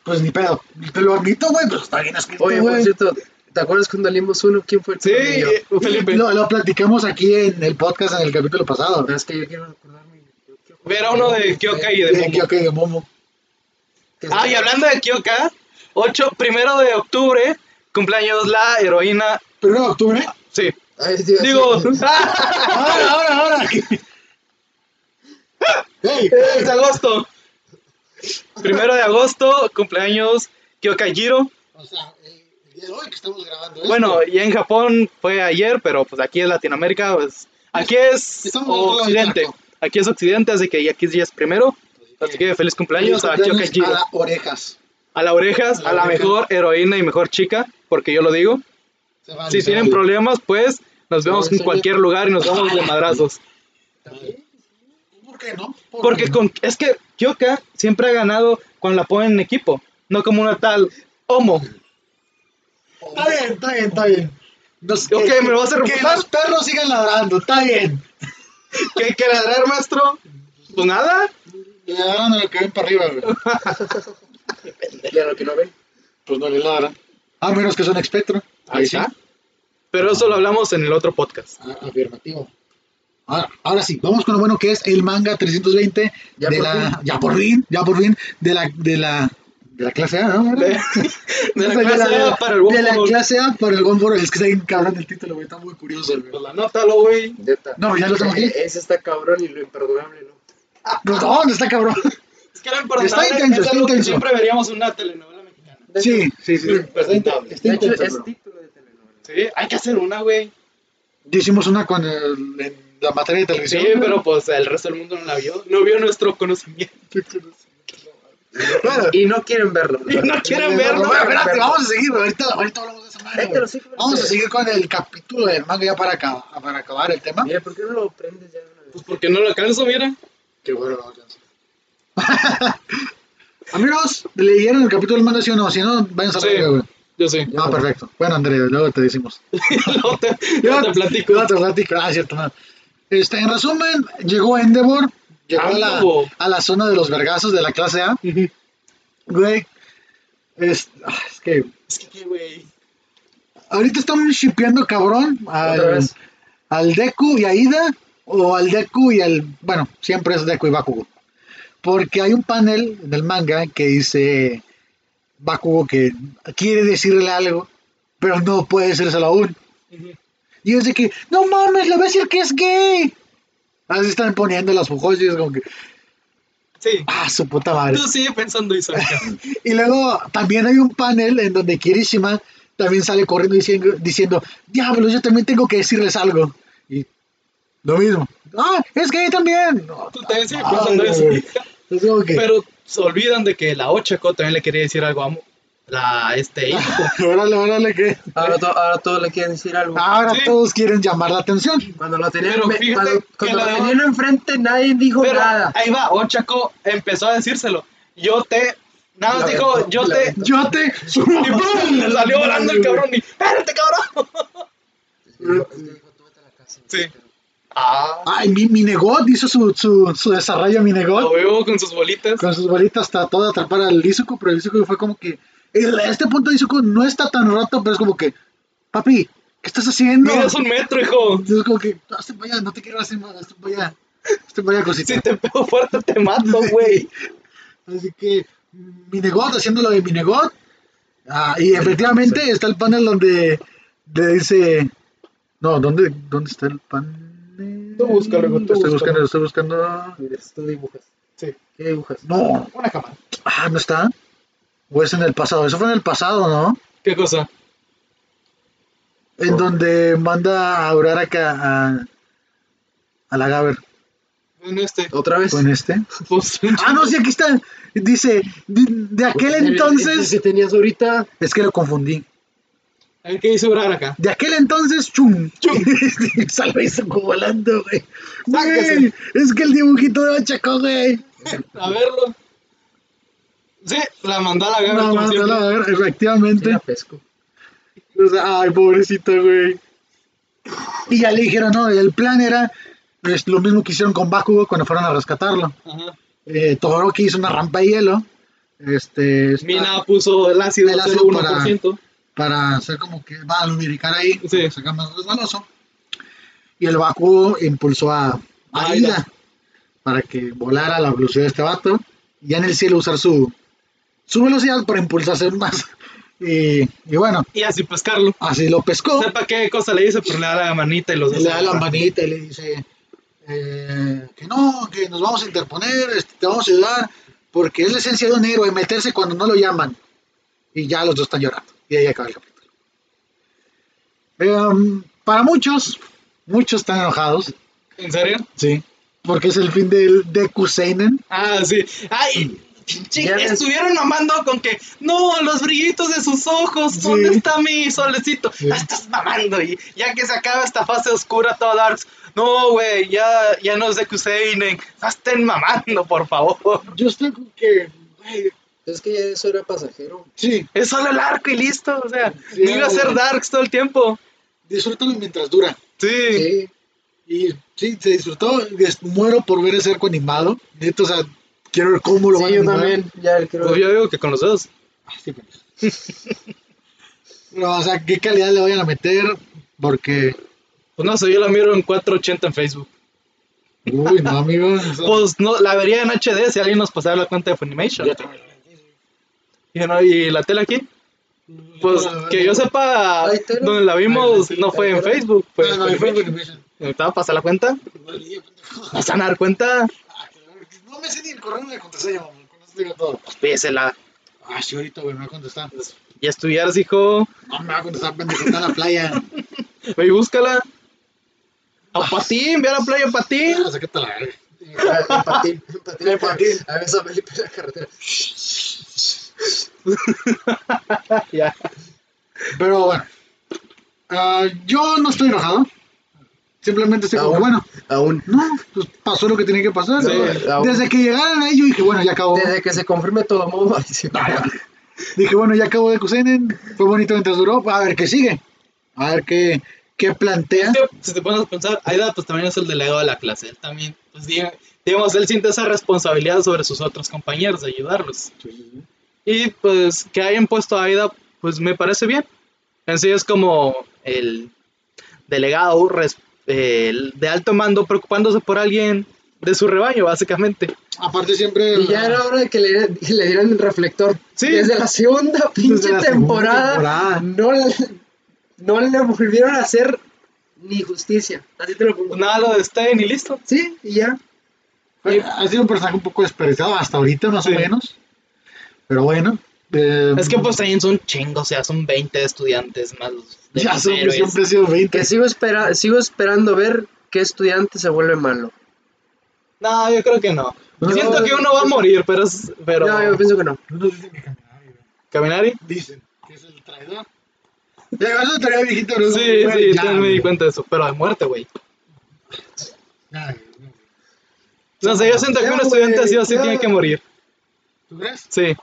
Speaker 1: Pues ni pedo. Te lo admito, güey, pero está bien escrito,
Speaker 3: Oye, por
Speaker 1: güey.
Speaker 3: cierto, ¿te acuerdas cuando leímos uno? ¿Quién fue el
Speaker 2: Sí,
Speaker 3: que leyó?
Speaker 2: eh, Felipe.
Speaker 1: Lo, lo platicamos aquí en el podcast en el capítulo pasado.
Speaker 3: Pero es que yo quiero acordarme. yo quiero acordarme
Speaker 2: Ver a uno de Kyokai y de
Speaker 1: De
Speaker 2: momo.
Speaker 1: Kyokai de Momo.
Speaker 3: que-
Speaker 2: Ah, y hablando de Kyoka, 8, primero de octubre, cumpleaños la heroína.
Speaker 1: Primero de octubre.
Speaker 2: Sí,
Speaker 3: Ay, Dios,
Speaker 2: digo,
Speaker 3: sí.
Speaker 2: ¡ah!
Speaker 1: ¿eh? Ahora, ahora, ahora. Ey,
Speaker 3: Eh.
Speaker 2: es agosto. Primero de agosto, cumpleaños Kyoka Jiro.
Speaker 1: o sea, eh, el día de hoy que estamos grabando esto.
Speaker 2: Bueno, y en Japón fue ayer, pero pues aquí es Latinoamérica, pues aquí es
Speaker 1: Estamos del otro lado del
Speaker 2: Occidente.
Speaker 1: charco.
Speaker 2: Aquí es Occidente, así que aquí ya es primero. Así que feliz cumpleaños,
Speaker 1: Feliz
Speaker 2: a Kyoka
Speaker 1: cumpleaños
Speaker 2: Jiro.
Speaker 1: a las orejas.
Speaker 2: A la orejas,
Speaker 1: A la
Speaker 2: a la
Speaker 1: oreja.
Speaker 2: mejor heroína y mejor chica, porque yo lo digo.
Speaker 1: Se vale,
Speaker 2: Si
Speaker 1: se
Speaker 2: tienen
Speaker 1: vale.
Speaker 2: problemas, pues nos vemos en
Speaker 3: señor.
Speaker 2: cualquier lugar y nos vamos de madrazos.
Speaker 1: ¿Por qué no? ¿Por
Speaker 2: Porque
Speaker 1: qué
Speaker 2: con, es que Kyoka siempre ha ganado cuando la ponen en equipo, no como una tal Homo.
Speaker 1: no? Está bien, está bien, está bien. Nos-
Speaker 2: Ok,
Speaker 1: que-
Speaker 2: ¿me lo vas a
Speaker 1: Que
Speaker 2: refutar?
Speaker 1: los perros sigan ladrando, está bien.
Speaker 2: ¿Qué hay que ladrar, maestro? Pues nada.
Speaker 1: Le ladran a lo que ven para arriba, güey.
Speaker 3: Y a lo que no ven.
Speaker 1: Pues no le ladran. A menos que son espectro.
Speaker 2: Ahí está. Pero eso lo hablamos en el otro podcast.
Speaker 1: Ah, afirmativo. Ahora, ahora sí, vamos con lo bueno que es el manga 320
Speaker 3: Ya
Speaker 1: de
Speaker 3: por
Speaker 1: la,
Speaker 3: fin.
Speaker 1: ya por fin, ya por fin, de la, de la, de la clase A, ¿no?
Speaker 2: De, de la
Speaker 1: O sea,
Speaker 2: clase A para el
Speaker 1: de la
Speaker 2: Wopo.
Speaker 1: clase A para el Gónforo. Es que está bien cabrón el título, güey, está muy curioso, güey.
Speaker 2: Pues la nota, lo güey.
Speaker 3: Neta.
Speaker 1: No, ya lo tengo aquí.
Speaker 3: Eh, Ese está cabrón y lo imperdonable, ¿no?
Speaker 1: No, no, Ah, está cabrón.
Speaker 2: Es que era importante.
Speaker 1: Está intenso,
Speaker 2: es
Speaker 1: está
Speaker 2: algo que
Speaker 1: intenso.
Speaker 2: siempre veríamos en una telenovela mexicana.
Speaker 1: Sí, sí, sí.
Speaker 2: Está intenso.
Speaker 1: Está
Speaker 3: De hecho,
Speaker 1: intenso,
Speaker 3: es
Speaker 1: bro.
Speaker 3: título de telenovela.
Speaker 2: Sí, hay que hacer una, güey.
Speaker 1: Ya hicimos una con el- en la materia de
Speaker 2: Sí,
Speaker 1: televisión. güey.
Speaker 2: pero pues el resto del mundo no la vio. No vio nuestro conocimiento.
Speaker 1: Bueno,
Speaker 3: Y no quieren verlo.
Speaker 2: Y no quieren verlo.
Speaker 1: bueno, espérate, vamos a seguir, güey, ahorita, ahorita hablamos de esa madre,
Speaker 3: Vete,
Speaker 1: güey.
Speaker 3: lo sigo, vete.
Speaker 1: Vamos a seguir con el capítulo del manga ya para, acá- para acabar el tema.
Speaker 3: Mira, ¿por qué no lo prendes ya de una vez?
Speaker 2: Pues porque no lo alcanzo, mira.
Speaker 1: Qué bueno la alcanza. Amigos, ¿leyeron el capítulo del manga sí o no? Si no, vayan a
Speaker 2: Sí.
Speaker 1: saber, güey.
Speaker 2: Yo sí.
Speaker 1: Ah, perfecto. Bueno, André, luego te decimos.
Speaker 2: Luego te, luego te platico.
Speaker 1: Luego te platico. Ah, cierto, no. Este, en resumen, llegó Endeavor, llegó a la,
Speaker 2: Ando.
Speaker 1: a la zona de los vergazos de la clase A.
Speaker 2: Ah, Ujú.
Speaker 1: Güey, es, ah, es que
Speaker 2: Es que, qué, güey.
Speaker 1: ahorita estamos shipeando cabrón
Speaker 3: Otra
Speaker 1: al,
Speaker 3: vez.
Speaker 1: al Deku y a Ida, o al Deku y al. Bueno, siempre es Deku y Bakugo. Porque hay un panel en el manga que dice Bakugo que quiere decirle algo, pero no puede decírselo aún.
Speaker 2: Ujú.
Speaker 1: Y es de que, no mames, le voy a decir que es gay. Así están poniendo las fujos y es como que,
Speaker 2: Sí.
Speaker 1: ah, su puta madre.
Speaker 2: Tú sigue pensando eso. acá.
Speaker 1: Y luego también hay un panel en donde Kirishima también sale corriendo diciendo, diciendo diablo, yo también tengo que decirles algo. Y lo mismo. Ah, es gay también. No,
Speaker 2: Tú también sigues
Speaker 1: ah,
Speaker 2: pensando eso.
Speaker 1: güey. Es como que,
Speaker 2: Pero se olvidan de que la Ochako también le quería decir algo a Mo- la este hijo.
Speaker 1: órale, órale, que
Speaker 3: Ahora, to- ahora todos le quieren decir algo.
Speaker 1: ahora
Speaker 2: Sí.
Speaker 1: todos quieren llamar la atención.
Speaker 3: Ah, Cuando lo tenían,
Speaker 2: Pero
Speaker 3: me-
Speaker 2: fíjate
Speaker 3: cuando,
Speaker 2: que
Speaker 3: cuando
Speaker 2: la-
Speaker 3: lo tenían enfrente, nadie dijo
Speaker 2: Pero
Speaker 3: nada.
Speaker 2: ahí va, Ochako empezó a decírselo. Yo te. Nada más dijo,
Speaker 3: Lamento,
Speaker 2: yo te.
Speaker 3: lamento.
Speaker 1: Yo te...
Speaker 2: Y ¡pum! Le salió volando el cabrón y ¡Espérate, cabrón! Sí. Ah.
Speaker 1: Ay, mi, mi negot hizo su, su, su desarrollo, mi negot.
Speaker 2: Lo veo con sus bolitas.
Speaker 1: con sus bolitas trató de atrapar al Izuku, pero el Izuku fue como que, el- a este punto Izuku no está tan roto, pero es como que, papi, ¿qué estás haciendo?
Speaker 2: Mira, es un metro, hijo.
Speaker 1: Entonces como que, hazte para allá, no te quiero hacer más, hazte para allá. Este vaya cosita.
Speaker 2: Si te pego fuerte, te mato, güey.
Speaker 1: Así que Minegot, haciéndolo de Minegot. Ah, y efectivamente está el panel donde le dice. No, ¿dónde, dónde está el panel?
Speaker 2: Tú búscalo, tú
Speaker 1: Estoy
Speaker 2: búscalo.
Speaker 1: buscando, lo estoy buscando.
Speaker 3: Tú dibujas.
Speaker 2: Sí,
Speaker 3: ¿Qué dibujas?
Speaker 1: No,
Speaker 2: una cámara.
Speaker 1: ah, no está. O es en el pasado. Eso fue en el pasado, ¿no?
Speaker 2: ¿Qué cosa?
Speaker 1: En donde manda a Aurar acá a, a la Gaber
Speaker 2: En este.
Speaker 3: ¿Otra vez?
Speaker 1: con este.
Speaker 2: Pues,
Speaker 1: Ah, no, sí, aquí está. Dice, de, de aquel entonces.
Speaker 3: ¿Qué tenías ahorita?
Speaker 1: Es que lo confundí.
Speaker 2: A ver qué hizo Brar acá.
Speaker 1: De aquel entonces, chum. Y Sale eso como volando, güey.
Speaker 2: Sáquese.
Speaker 1: Güey, Es que el dibujito de Bachaco, güey.
Speaker 2: A verlo. Sí, la mandó a la gana.
Speaker 1: No,
Speaker 2: como
Speaker 1: más,
Speaker 2: siempre.
Speaker 1: a ver,
Speaker 3: Sí,
Speaker 1: efectivamente.
Speaker 3: la pesco.
Speaker 1: O sea, ay, pobrecito, güey. Y ya le dijeron, no, el plan era pues, lo mismo que hicieron con Bakugo cuando fueron a rescatarlo.
Speaker 2: Ajá.
Speaker 1: Eh, Todoroki hizo una rampa de hielo. Este. está-
Speaker 2: Mina puso el ácido
Speaker 1: El
Speaker 2: del
Speaker 1: ácido
Speaker 2: 1%.
Speaker 1: para hacer como que va a lubricar ahí,
Speaker 2: Sí.
Speaker 1: para que salga más resbaloso. Y el Bakugo impulsó a
Speaker 2: A
Speaker 1: Aida
Speaker 2: Aida.
Speaker 1: para que volara a la velocidad de este vato. Y ya en el cielo usar su, su velocidad para impulsarse más. Y, y bueno,
Speaker 2: Y así pues, pescarlo.
Speaker 1: así lo pescó.
Speaker 2: Sepa qué cosa le dice, pero le da la manita y los
Speaker 1: Y
Speaker 2: dos.
Speaker 1: le da
Speaker 2: se
Speaker 1: la
Speaker 2: abrazan.
Speaker 1: manita y le dice eh, que no, que nos vamos a interponer, este, te vamos a ayudar, porque es la esencia de un héroe meterse cuando no lo llaman. Y ya los dos están llorando. Y ahí acaba el capítulo. Em, para muchos, muchos están enojados,
Speaker 2: ¿En serio?
Speaker 1: sí, porque es el fin del Deku Seinen.
Speaker 2: Ah, sí. Ay, pinche,
Speaker 3: Ya ves.
Speaker 2: estuvieron mamando con que no, los brillitos de sus ojos, ¿dónde
Speaker 1: Sí.
Speaker 2: está mi solecito?
Speaker 1: Sí.
Speaker 2: Ah, estás mamando y ya que se acaba esta fase oscura toda Darks. No, güey, ya, ya no es de Kuseinen. No "Ah, estén mamando, por favor.
Speaker 1: Yo estoy con que, güey,
Speaker 4: Es que ya eso era pasajero.
Speaker 1: sí,
Speaker 2: Es solo el arco y listo. O sea,
Speaker 1: Sí,
Speaker 2: no iba a
Speaker 1: algo,
Speaker 2: ser
Speaker 1: güey.
Speaker 2: Darks todo el tiempo.
Speaker 1: disfrútalo mientras dura.
Speaker 2: Sí.
Speaker 4: Sí.
Speaker 1: Y sí, se disfrutó. des- Muero por ver ese arco animado. Neta, o sea, quiero ver cómo lo van
Speaker 3: Sí,
Speaker 1: a
Speaker 3: yo
Speaker 1: animar.
Speaker 3: también. Ya el creo.
Speaker 2: Pues yo digo que con los dos.
Speaker 1: Sí, Pero, o sea, ¿qué calidad le vayan a meter? Porque,
Speaker 2: Pues no sé, yo la miro en 480 en Facebook.
Speaker 1: uy, no, amigos.
Speaker 2: Pues no, la vería en HD si alguien nos pasara la cuenta de Funimation. Y, no, y la tele aquí. Pues que
Speaker 1: ¿eh?
Speaker 2: yo sepa,
Speaker 4: Ay, tele.
Speaker 2: donde la vimos
Speaker 1: Ay,
Speaker 2: no fue en
Speaker 4: tele.
Speaker 2: Facebook. Fue
Speaker 1: No, no, fue
Speaker 2: en Facebook.
Speaker 1: Funimation.
Speaker 2: Me a pasar la cuenta. ¿Vas a dar cuenta?
Speaker 1: "Ah, No me sé ni el correo ni la contraseña, mamá. Con eso te digo todo.
Speaker 2: Pues pídesela.
Speaker 1: Ah, sí, ahorita, güey, me va a contestar.
Speaker 2: Ya estudiaras, hijo.
Speaker 1: No me va a contestar, pendejo, está en la playa.
Speaker 2: Ve y búscala. A Patín, ve a la playa Patín.
Speaker 1: Ah, sácate la verga.
Speaker 4: En patín. En patín.
Speaker 1: En patín.
Speaker 4: A ver, esa Felipe en la carretera.
Speaker 2: Ya.
Speaker 1: Pero bueno, Ah, yo no estoy enojado. Simplemente estoy como,
Speaker 3: Aún.
Speaker 1: bueno,
Speaker 3: Aún.
Speaker 1: no, pues pasó lo que tenía que pasar.
Speaker 3: Sí, aún.
Speaker 1: Desde que llegaron ahí, yo dije, bueno, ya acabó.
Speaker 3: Desde que se confirme todo, vamos a decir.
Speaker 1: Dije, bueno, ya acabo de Kusenen, fue bonito mientras duró, a ver qué sigue, a ver qué, qué plantea.
Speaker 2: Si te pones a pensar, Aida pues también es el delegado de la clase. Él también, pues diga- digamos, él siente esa responsabilidad sobre sus otros compañeros de ayudarlos. Y pues que hayan puesto a Aida, pues me parece bien. En sí es como el delegado res- el de alto mando preocupándose por alguien de su rebaño, básicamente.
Speaker 1: Aparte siempre...
Speaker 3: Y ya era hora de que le, que le dieran el reflector.
Speaker 2: Sí.
Speaker 3: Desde la segunda pinche
Speaker 1: la segunda
Speaker 3: temporada,
Speaker 1: temporada.
Speaker 3: No, le, no le volvieron a hacer ni justicia. Así te lo pongo.
Speaker 2: Pues nada, lo destén y listo.
Speaker 3: Sí, y ya.
Speaker 1: Fue- Ha sido un personaje un poco despreciado hasta ahorita, más
Speaker 2: Sí.
Speaker 1: o menos. Pero bueno. eh,
Speaker 2: Es que pues también son chingos, o sea, son 20 estudiantes más los de
Speaker 1: Ya
Speaker 2: los
Speaker 1: son-
Speaker 2: héroes.
Speaker 1: siempre ha sido 20.
Speaker 3: Que sigo, espera, sigo esperando ver qué estudiante se vuelve malo.
Speaker 2: No, yo creo que no.
Speaker 1: No.
Speaker 2: Siento que uno va a morir, pero es, pero
Speaker 3: No, yo pienso que no.
Speaker 1: No nos dicen que Caminari, güey.
Speaker 2: Caminari.
Speaker 1: Dicen que es el traidor. Ya, eso es teoría viejita, pero
Speaker 2: Sí,
Speaker 1: es-
Speaker 2: sí,
Speaker 1: güey, ya,
Speaker 2: también me di
Speaker 1: güey.
Speaker 2: cuenta de eso, pero de muerte, güey.
Speaker 1: Ya, güey.
Speaker 2: No sé, yo siento que
Speaker 3: Ya,
Speaker 2: un estudiante
Speaker 3: güey,
Speaker 2: sí o sí
Speaker 3: ya.
Speaker 2: tiene que morir.
Speaker 1: ¿Tú crees?
Speaker 2: Sí.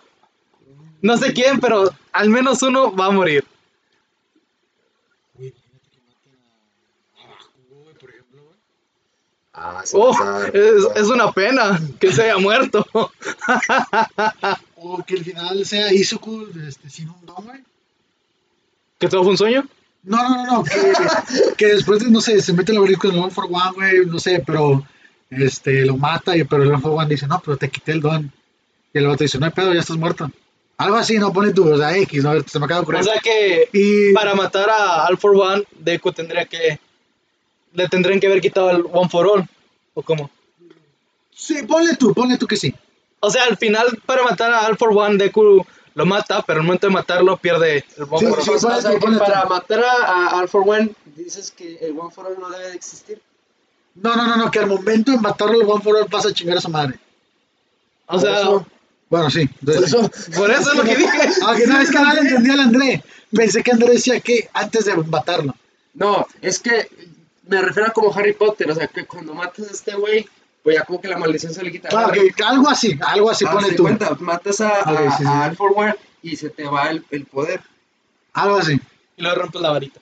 Speaker 2: No sé quién, pero al menos uno va a morir.
Speaker 1: Güey, imagínate que maten a- a Bakugo, güey, por ejemplo, güey.
Speaker 4: Ah, sí.
Speaker 2: Oh, es, es una pena que se haya muerto.
Speaker 1: O que el final sea Izuku este, sin un don, güey.
Speaker 2: ¿Que todo fue un sueño?
Speaker 1: No, no, no, no. Que, que después, no sé, se mete el laberinto con el One for One, güey, no sé, pero Este, lo mata, y, pero el One dice, no, pero te quité el don. Y el vato dice, no hay pedo, ya estás muerto. Algo así, no pone tú, o sea, X, no, se me acaba de ocurrir.
Speaker 2: O sea que
Speaker 1: y
Speaker 2: para matar a All for One, Deku tendría que. Le tendrían que haber quitado el One for All. ¿O cómo?
Speaker 1: sí, ponle tú, ponle tú que sí.
Speaker 2: O sea, al final, para matar a All for One, Deku lo mata, pero al momento de matarlo pierde el One
Speaker 1: Sí,
Speaker 2: for
Speaker 1: sí,
Speaker 2: All.
Speaker 1: sí. ponle
Speaker 3: O sea,
Speaker 1: tú,
Speaker 3: que
Speaker 1: ponle
Speaker 3: para
Speaker 1: tú.
Speaker 3: matar a, a All for One,
Speaker 4: Dices que el One for All no debe de existir.
Speaker 1: No, no, no, no, que al momento de matarlo, el One for All vas a chingar a su madre.
Speaker 2: O sea,
Speaker 3: Por eso-
Speaker 1: Bueno, sí.
Speaker 4: Por
Speaker 1: entonces sí.
Speaker 4: eso,
Speaker 2: por eso es lo que dije.
Speaker 1: Ah, que no, es que no le entendí al André. Pensé que André decía que antes de matarlo.
Speaker 3: No, es que me refiero a como Harry Potter, o sea, que cuando matas a este güey, pues ya como que la maldición se le quita.
Speaker 1: Claro, que algo así, algo así,
Speaker 3: Ah,
Speaker 1: ponle
Speaker 3: te
Speaker 1: tú.
Speaker 3: cuenta, matas a, a,
Speaker 1: Ok, sí, sí.
Speaker 3: a All for One y se te va el, el poder.
Speaker 1: Algo así.
Speaker 2: Y le rompes la varita.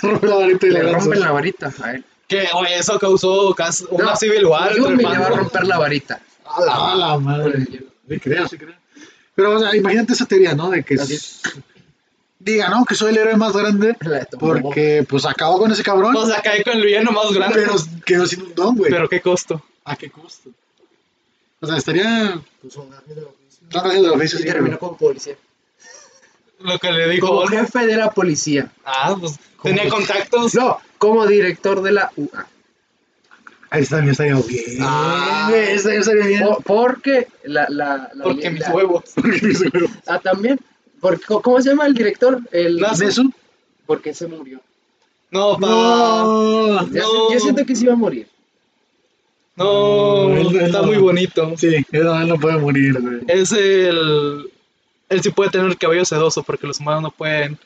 Speaker 1: Rompe la varita y
Speaker 3: Le
Speaker 1: la lanza.
Speaker 3: rompen la varita a él.
Speaker 2: Que, oye, eso causó cas- una
Speaker 3: No,
Speaker 2: civil war.
Speaker 3: Yo
Speaker 2: entre
Speaker 3: me le va a
Speaker 2: bandos.
Speaker 3: romper la varita.
Speaker 1: A la, a la madre. Sí creo, sí creo. Pero, o sea, imagínate esa teoría, ¿no? De que
Speaker 3: Así
Speaker 1: diga, ¿no? Que soy el héroe más grande
Speaker 3: La de tu mamá.
Speaker 1: porque, pues, acabó con ese cabrón,
Speaker 2: O sea, cae con el villano más grande.
Speaker 1: pero quedó sin un don, güey.
Speaker 2: Pero qué costo.
Speaker 1: ¿A qué costo? O sea, estaría...
Speaker 4: pues un ángel de oficio.
Speaker 1: No, no, lo
Speaker 3: Y terminó como policía.
Speaker 2: Lo que le dijo
Speaker 3: Como
Speaker 2: Olga.
Speaker 3: jefe de la policía.
Speaker 2: Ah, pues tenía contactos.
Speaker 3: No, como director de la UA.
Speaker 1: Ahí está, bien, estaría bien.
Speaker 2: Ah.
Speaker 1: güey, estaría, estaría bien.
Speaker 3: Po- Porque la... la, la-
Speaker 2: porque mis
Speaker 3: la-
Speaker 2: huevos.
Speaker 3: Ah, también. Porque, ¿Cómo se llama el director? El,
Speaker 2: No sé.
Speaker 1: ¿Nesu?
Speaker 3: Porque se murió.
Speaker 2: No, pa.
Speaker 1: No.
Speaker 3: Ya
Speaker 2: No.
Speaker 3: se- Yo siento que se iba a morir.
Speaker 2: No,
Speaker 1: No, él- él
Speaker 2: está
Speaker 1: no.
Speaker 2: muy bonito.
Speaker 1: Sí, él no, él no puede morir, güey.
Speaker 2: Es el. Él sí puede tener el cabello sedoso porque los humanos no pueden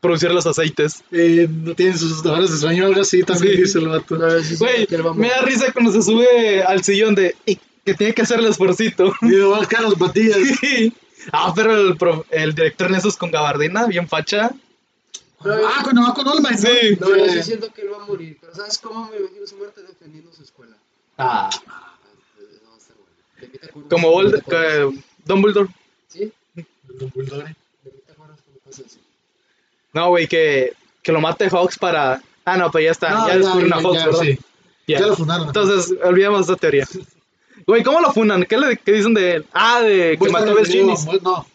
Speaker 2: producir los aceites.
Speaker 1: Eh, no tiene sus horas de sueño, algo así, también
Speaker 2: Sí.
Speaker 1: dice el vato.
Speaker 2: Güey,
Speaker 3: que él va a
Speaker 2: me da
Speaker 3: morir.
Speaker 2: risa cuando se sube al sillón de. "Y Que tiene que hacer el esfuercito.
Speaker 1: Y le va a buscar las patillas.
Speaker 2: ah, pero el, pro- el director en esos con gabardina, bien facha.
Speaker 1: ah, cuando va con Olma. ¿no?
Speaker 2: Sí.
Speaker 4: No, yo sí
Speaker 1: Sí.
Speaker 4: siento que él va a morir, pero ¿sabes cómo me imagino su muerte defendiendo su escuela?
Speaker 2: Ah,
Speaker 4: Ah, pues, no, está bueno. Le invita a curvas,
Speaker 2: como
Speaker 4: le
Speaker 2: Old,
Speaker 4: invita a curvas.
Speaker 2: que- Dumbledore.
Speaker 4: Sí,
Speaker 1: Dumbledore.
Speaker 4: le invita a curvas cuando pasa eso.
Speaker 2: No, güey, que, que lo mate Hawks para. Ah, no, pues ya está.
Speaker 1: No,
Speaker 2: ya descubrieron a Hawks,
Speaker 1: ya,
Speaker 2: ¿verdad?
Speaker 1: sí.
Speaker 2: Ya.
Speaker 1: Ya lo fundaron.
Speaker 2: Entonces, olvidemos esta teoría. Güey, ¿cómo lo funan? ¿Qué, le, qué dicen de él? Ah, de que mató a
Speaker 1: el video,
Speaker 2: Belchinis.
Speaker 1: mu- No,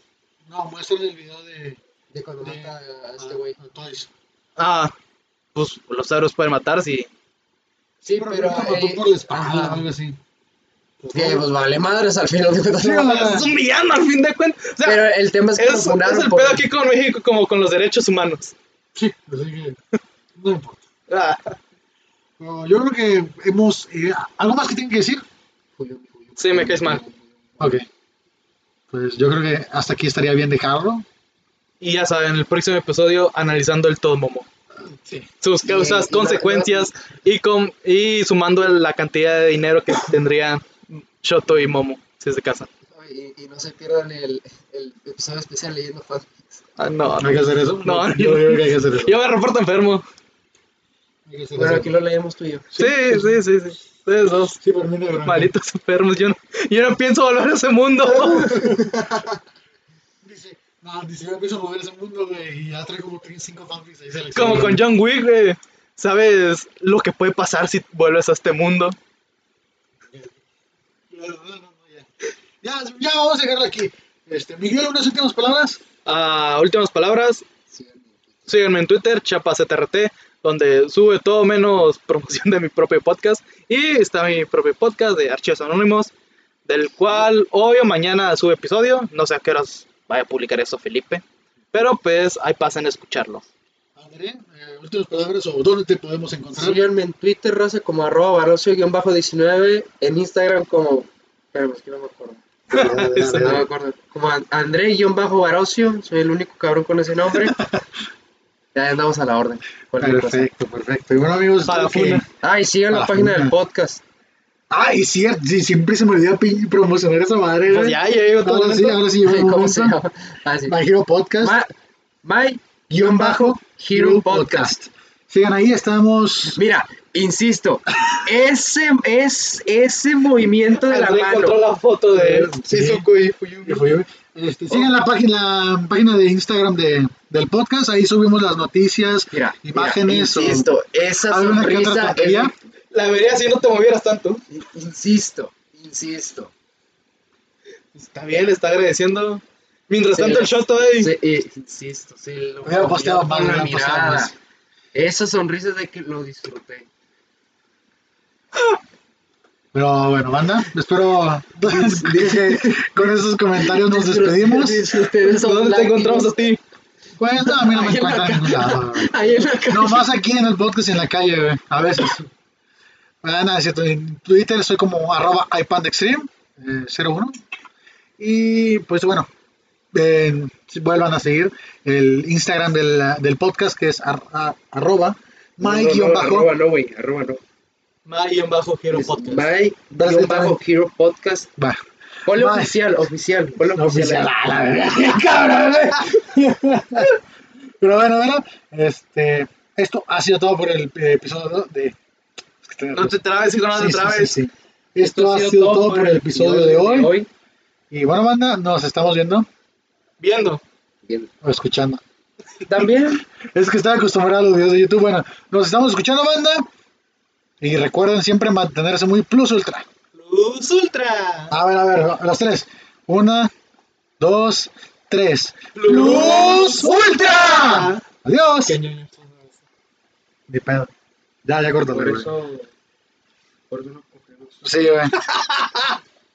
Speaker 1: no, muestran el video de.
Speaker 4: De cuando
Speaker 1: de-
Speaker 4: mata a este
Speaker 1: a-
Speaker 4: güey.
Speaker 1: a Toys.
Speaker 2: Ah, pues los héroes pueden matar, sí.
Speaker 4: Sí,
Speaker 1: Pero,
Speaker 4: pero.
Speaker 1: creo que lo mató
Speaker 4: eh,
Speaker 1: por la espalda
Speaker 4: ajá.
Speaker 1: o algo así.
Speaker 3: Que pues vale madres al final de cuentas.
Speaker 1: Sí, o sea,
Speaker 2: Es un villano, al fin de cuentas. O sea,
Speaker 3: Pero el tema es que
Speaker 2: es, es el
Speaker 3: por-
Speaker 2: pedo aquí con México, como con los derechos humanos.
Speaker 1: Sí, pues así que. No importa.
Speaker 2: Ah,
Speaker 1: Pero yo creo que hemos. eh, ¿Algo más que tienen que decir?
Speaker 4: Julio, Julio,
Speaker 2: Sí, me caes mal.
Speaker 1: Ok. Pues yo creo que hasta aquí estaría bien dejarlo.
Speaker 2: Y ya saben, el próximo episodio analizando el todo momo.
Speaker 1: Sí.
Speaker 2: Sus
Speaker 4: Y-
Speaker 2: causas,
Speaker 4: y la-
Speaker 2: consecuencias y, con, y sumando la cantidad de dinero que tendría Shoto y Momo si se casan.
Speaker 4: Ay, Y, y no se pierdan el, el episodio especial leyendo fanfics.
Speaker 2: Ah, no,
Speaker 1: ¿No hay que hacer eso?
Speaker 2: No,
Speaker 1: yo creo que hay que hacer eso.
Speaker 2: Yo me reporto enfermo.
Speaker 1: Hay que hacer
Speaker 3: Bueno,
Speaker 1: eso.
Speaker 3: aquí lo leemos tú y yo.
Speaker 2: Sí, sí, sí, sí. Ustedes dos.
Speaker 1: Sí, por mí no hay bronca.
Speaker 2: Malitos enfermos, yo no, yo no pienso volver a ese mundo.
Speaker 1: Dice, no, dice, yo empiezo a mover ese mundo, güey, y ya trae como 5 fanfics ahí seleccionados.
Speaker 2: Como con John Wick, güey. ¿Sabes lo que puede pasar si vuelves a este mundo?
Speaker 1: No, no, no, ya. Ya, ya vamos a dejarlo aquí. Este, Miguel, unas últimas palabras.
Speaker 2: Ah, últimas palabras.
Speaker 4: Sí,
Speaker 2: Síganme en Twitter, ChapasZRT, donde sube todo menos promoción de mi propio podcast. Y está mi propio podcast de Archivos Anónimos, del cual hoy o mañana sube episodio. No sé a qué horas vaya a publicar eso Felipe. Pero pues ahí pasen a escucharlo.
Speaker 1: André, eh, últimas palabras o dónde te podemos encontrar.
Speaker 3: Síganme en Twitter, raza, como arroba barocio-19, en Instagram como... Pero es que no me acuerdo. No me acuerdo. Como An- André-barocio, soy el único cabrón con ese nombre. ya andamos a la orden. cualquier cosa.
Speaker 1: perfecto, perfecto. Y bueno, amigos,
Speaker 2: Para la
Speaker 1: creo que-
Speaker 2: funa.
Speaker 3: Ah, y sigan la
Speaker 1: Ah,
Speaker 3: página
Speaker 1: una.
Speaker 3: del podcast.
Speaker 1: Ah, y cierto, sí, siempre se me olvidó pin- promocionar esa madre.
Speaker 2: Pues
Speaker 1: güey.
Speaker 2: ya, ya llegó todo
Speaker 1: ahora sí, ahora sí,
Speaker 3: Ay, ¿Cómo se
Speaker 1: llama?
Speaker 3: llama? Ah, sí.
Speaker 1: My Hero Podcast.
Speaker 3: Ma- My, guión bajo, Hero Podcast.
Speaker 1: Sigan ahí, estamos.
Speaker 3: Mira, insisto, ese, es, ese movimiento de la
Speaker 2: André
Speaker 3: mano.
Speaker 2: encontró la foto de
Speaker 1: Sí.
Speaker 2: Shizuku y Fuyumi.
Speaker 1: Este, sigan la página, la página de Instagram de, del podcast, ahí subimos las noticias,
Speaker 3: Mira, mira,
Speaker 1: imágenes. o-
Speaker 3: insisto, esa
Speaker 1: alguna que otra
Speaker 3: sonrisa
Speaker 1: tontería.
Speaker 3: es-
Speaker 2: La vería si no te movieras tanto.
Speaker 3: In- Insisto, insisto.
Speaker 2: Está bien, le está agradeciendo. Mientras
Speaker 3: Sí,
Speaker 2: tanto,
Speaker 3: lo-
Speaker 2: el shot todavía.
Speaker 3: Sí, eh, insisto, sí, lo
Speaker 1: Hubiera posteado
Speaker 3: con
Speaker 1: más,
Speaker 3: la
Speaker 1: hubiera posteado
Speaker 3: mirada.
Speaker 1: más.
Speaker 3: Esas sonrisas de que lo disfruté.
Speaker 1: Pero bueno, banda, espero que con esos comentarios nos
Speaker 3: Disfruté-
Speaker 1: despedimos.
Speaker 3: disfruté de esos
Speaker 2: ¿Dónde te
Speaker 3: lágrimas.
Speaker 2: encontramos a ti?
Speaker 1: Pues no, a mí no me
Speaker 3: Ahí en la
Speaker 1: encuentran en ningún lado. güey.
Speaker 3: Ahí en la
Speaker 1: No, más aquí en el podcast y en la calle, güey, a veces. Ah, nada, es cierto. En Twitter soy como arroba iPandextreme, eh, 01. Y pues bueno, eh, si vuelvan a seguir el Instagram del, del podcast que es ar- a- arroba
Speaker 3: No, no, no,
Speaker 1: Mike-bajo.
Speaker 3: Arroba no, güey, arroba no.
Speaker 2: Ma y en bajo Hero
Speaker 3: Es
Speaker 2: Podcast.
Speaker 3: My
Speaker 1: Vas
Speaker 3: guión
Speaker 1: que tal.
Speaker 3: bajo Hero Podcast.
Speaker 1: Va,
Speaker 3: Ponle
Speaker 1: My.
Speaker 3: oficial, oficial, ponle oficial.
Speaker 1: oficial. a la verga, cabrón, güey. Pero bueno, bueno, este, esto ha sido todo por el eh, episodio de... es que estoy
Speaker 2: No te trabes, hijo, no
Speaker 1: Sí,
Speaker 2: te
Speaker 1: sí,
Speaker 2: trabes.
Speaker 1: sí, sí. Esto, ha sido, todo, por el episodio de hoy. Y bueno, banda, nos estamos viendo
Speaker 2: Viendo.
Speaker 3: Bien.
Speaker 1: o escuchando.
Speaker 3: También.
Speaker 1: Es que estaba acostumbrado a los videos de YouTube. Bueno, nos estamos escuchando, banda. Y recuerden siempre mantenerse muy plus ultra.
Speaker 2: Luz Ultra.
Speaker 1: A ver, a ver, a los tres. Una, dos, tres.
Speaker 2: Plus
Speaker 1: ¡Plus ultra! Adiós.
Speaker 2: Qué ñoño.
Speaker 1: Ni pedo. Ya, ya corto.
Speaker 3: Por eso. Por eso no cogemos.
Speaker 1: Sí, güey.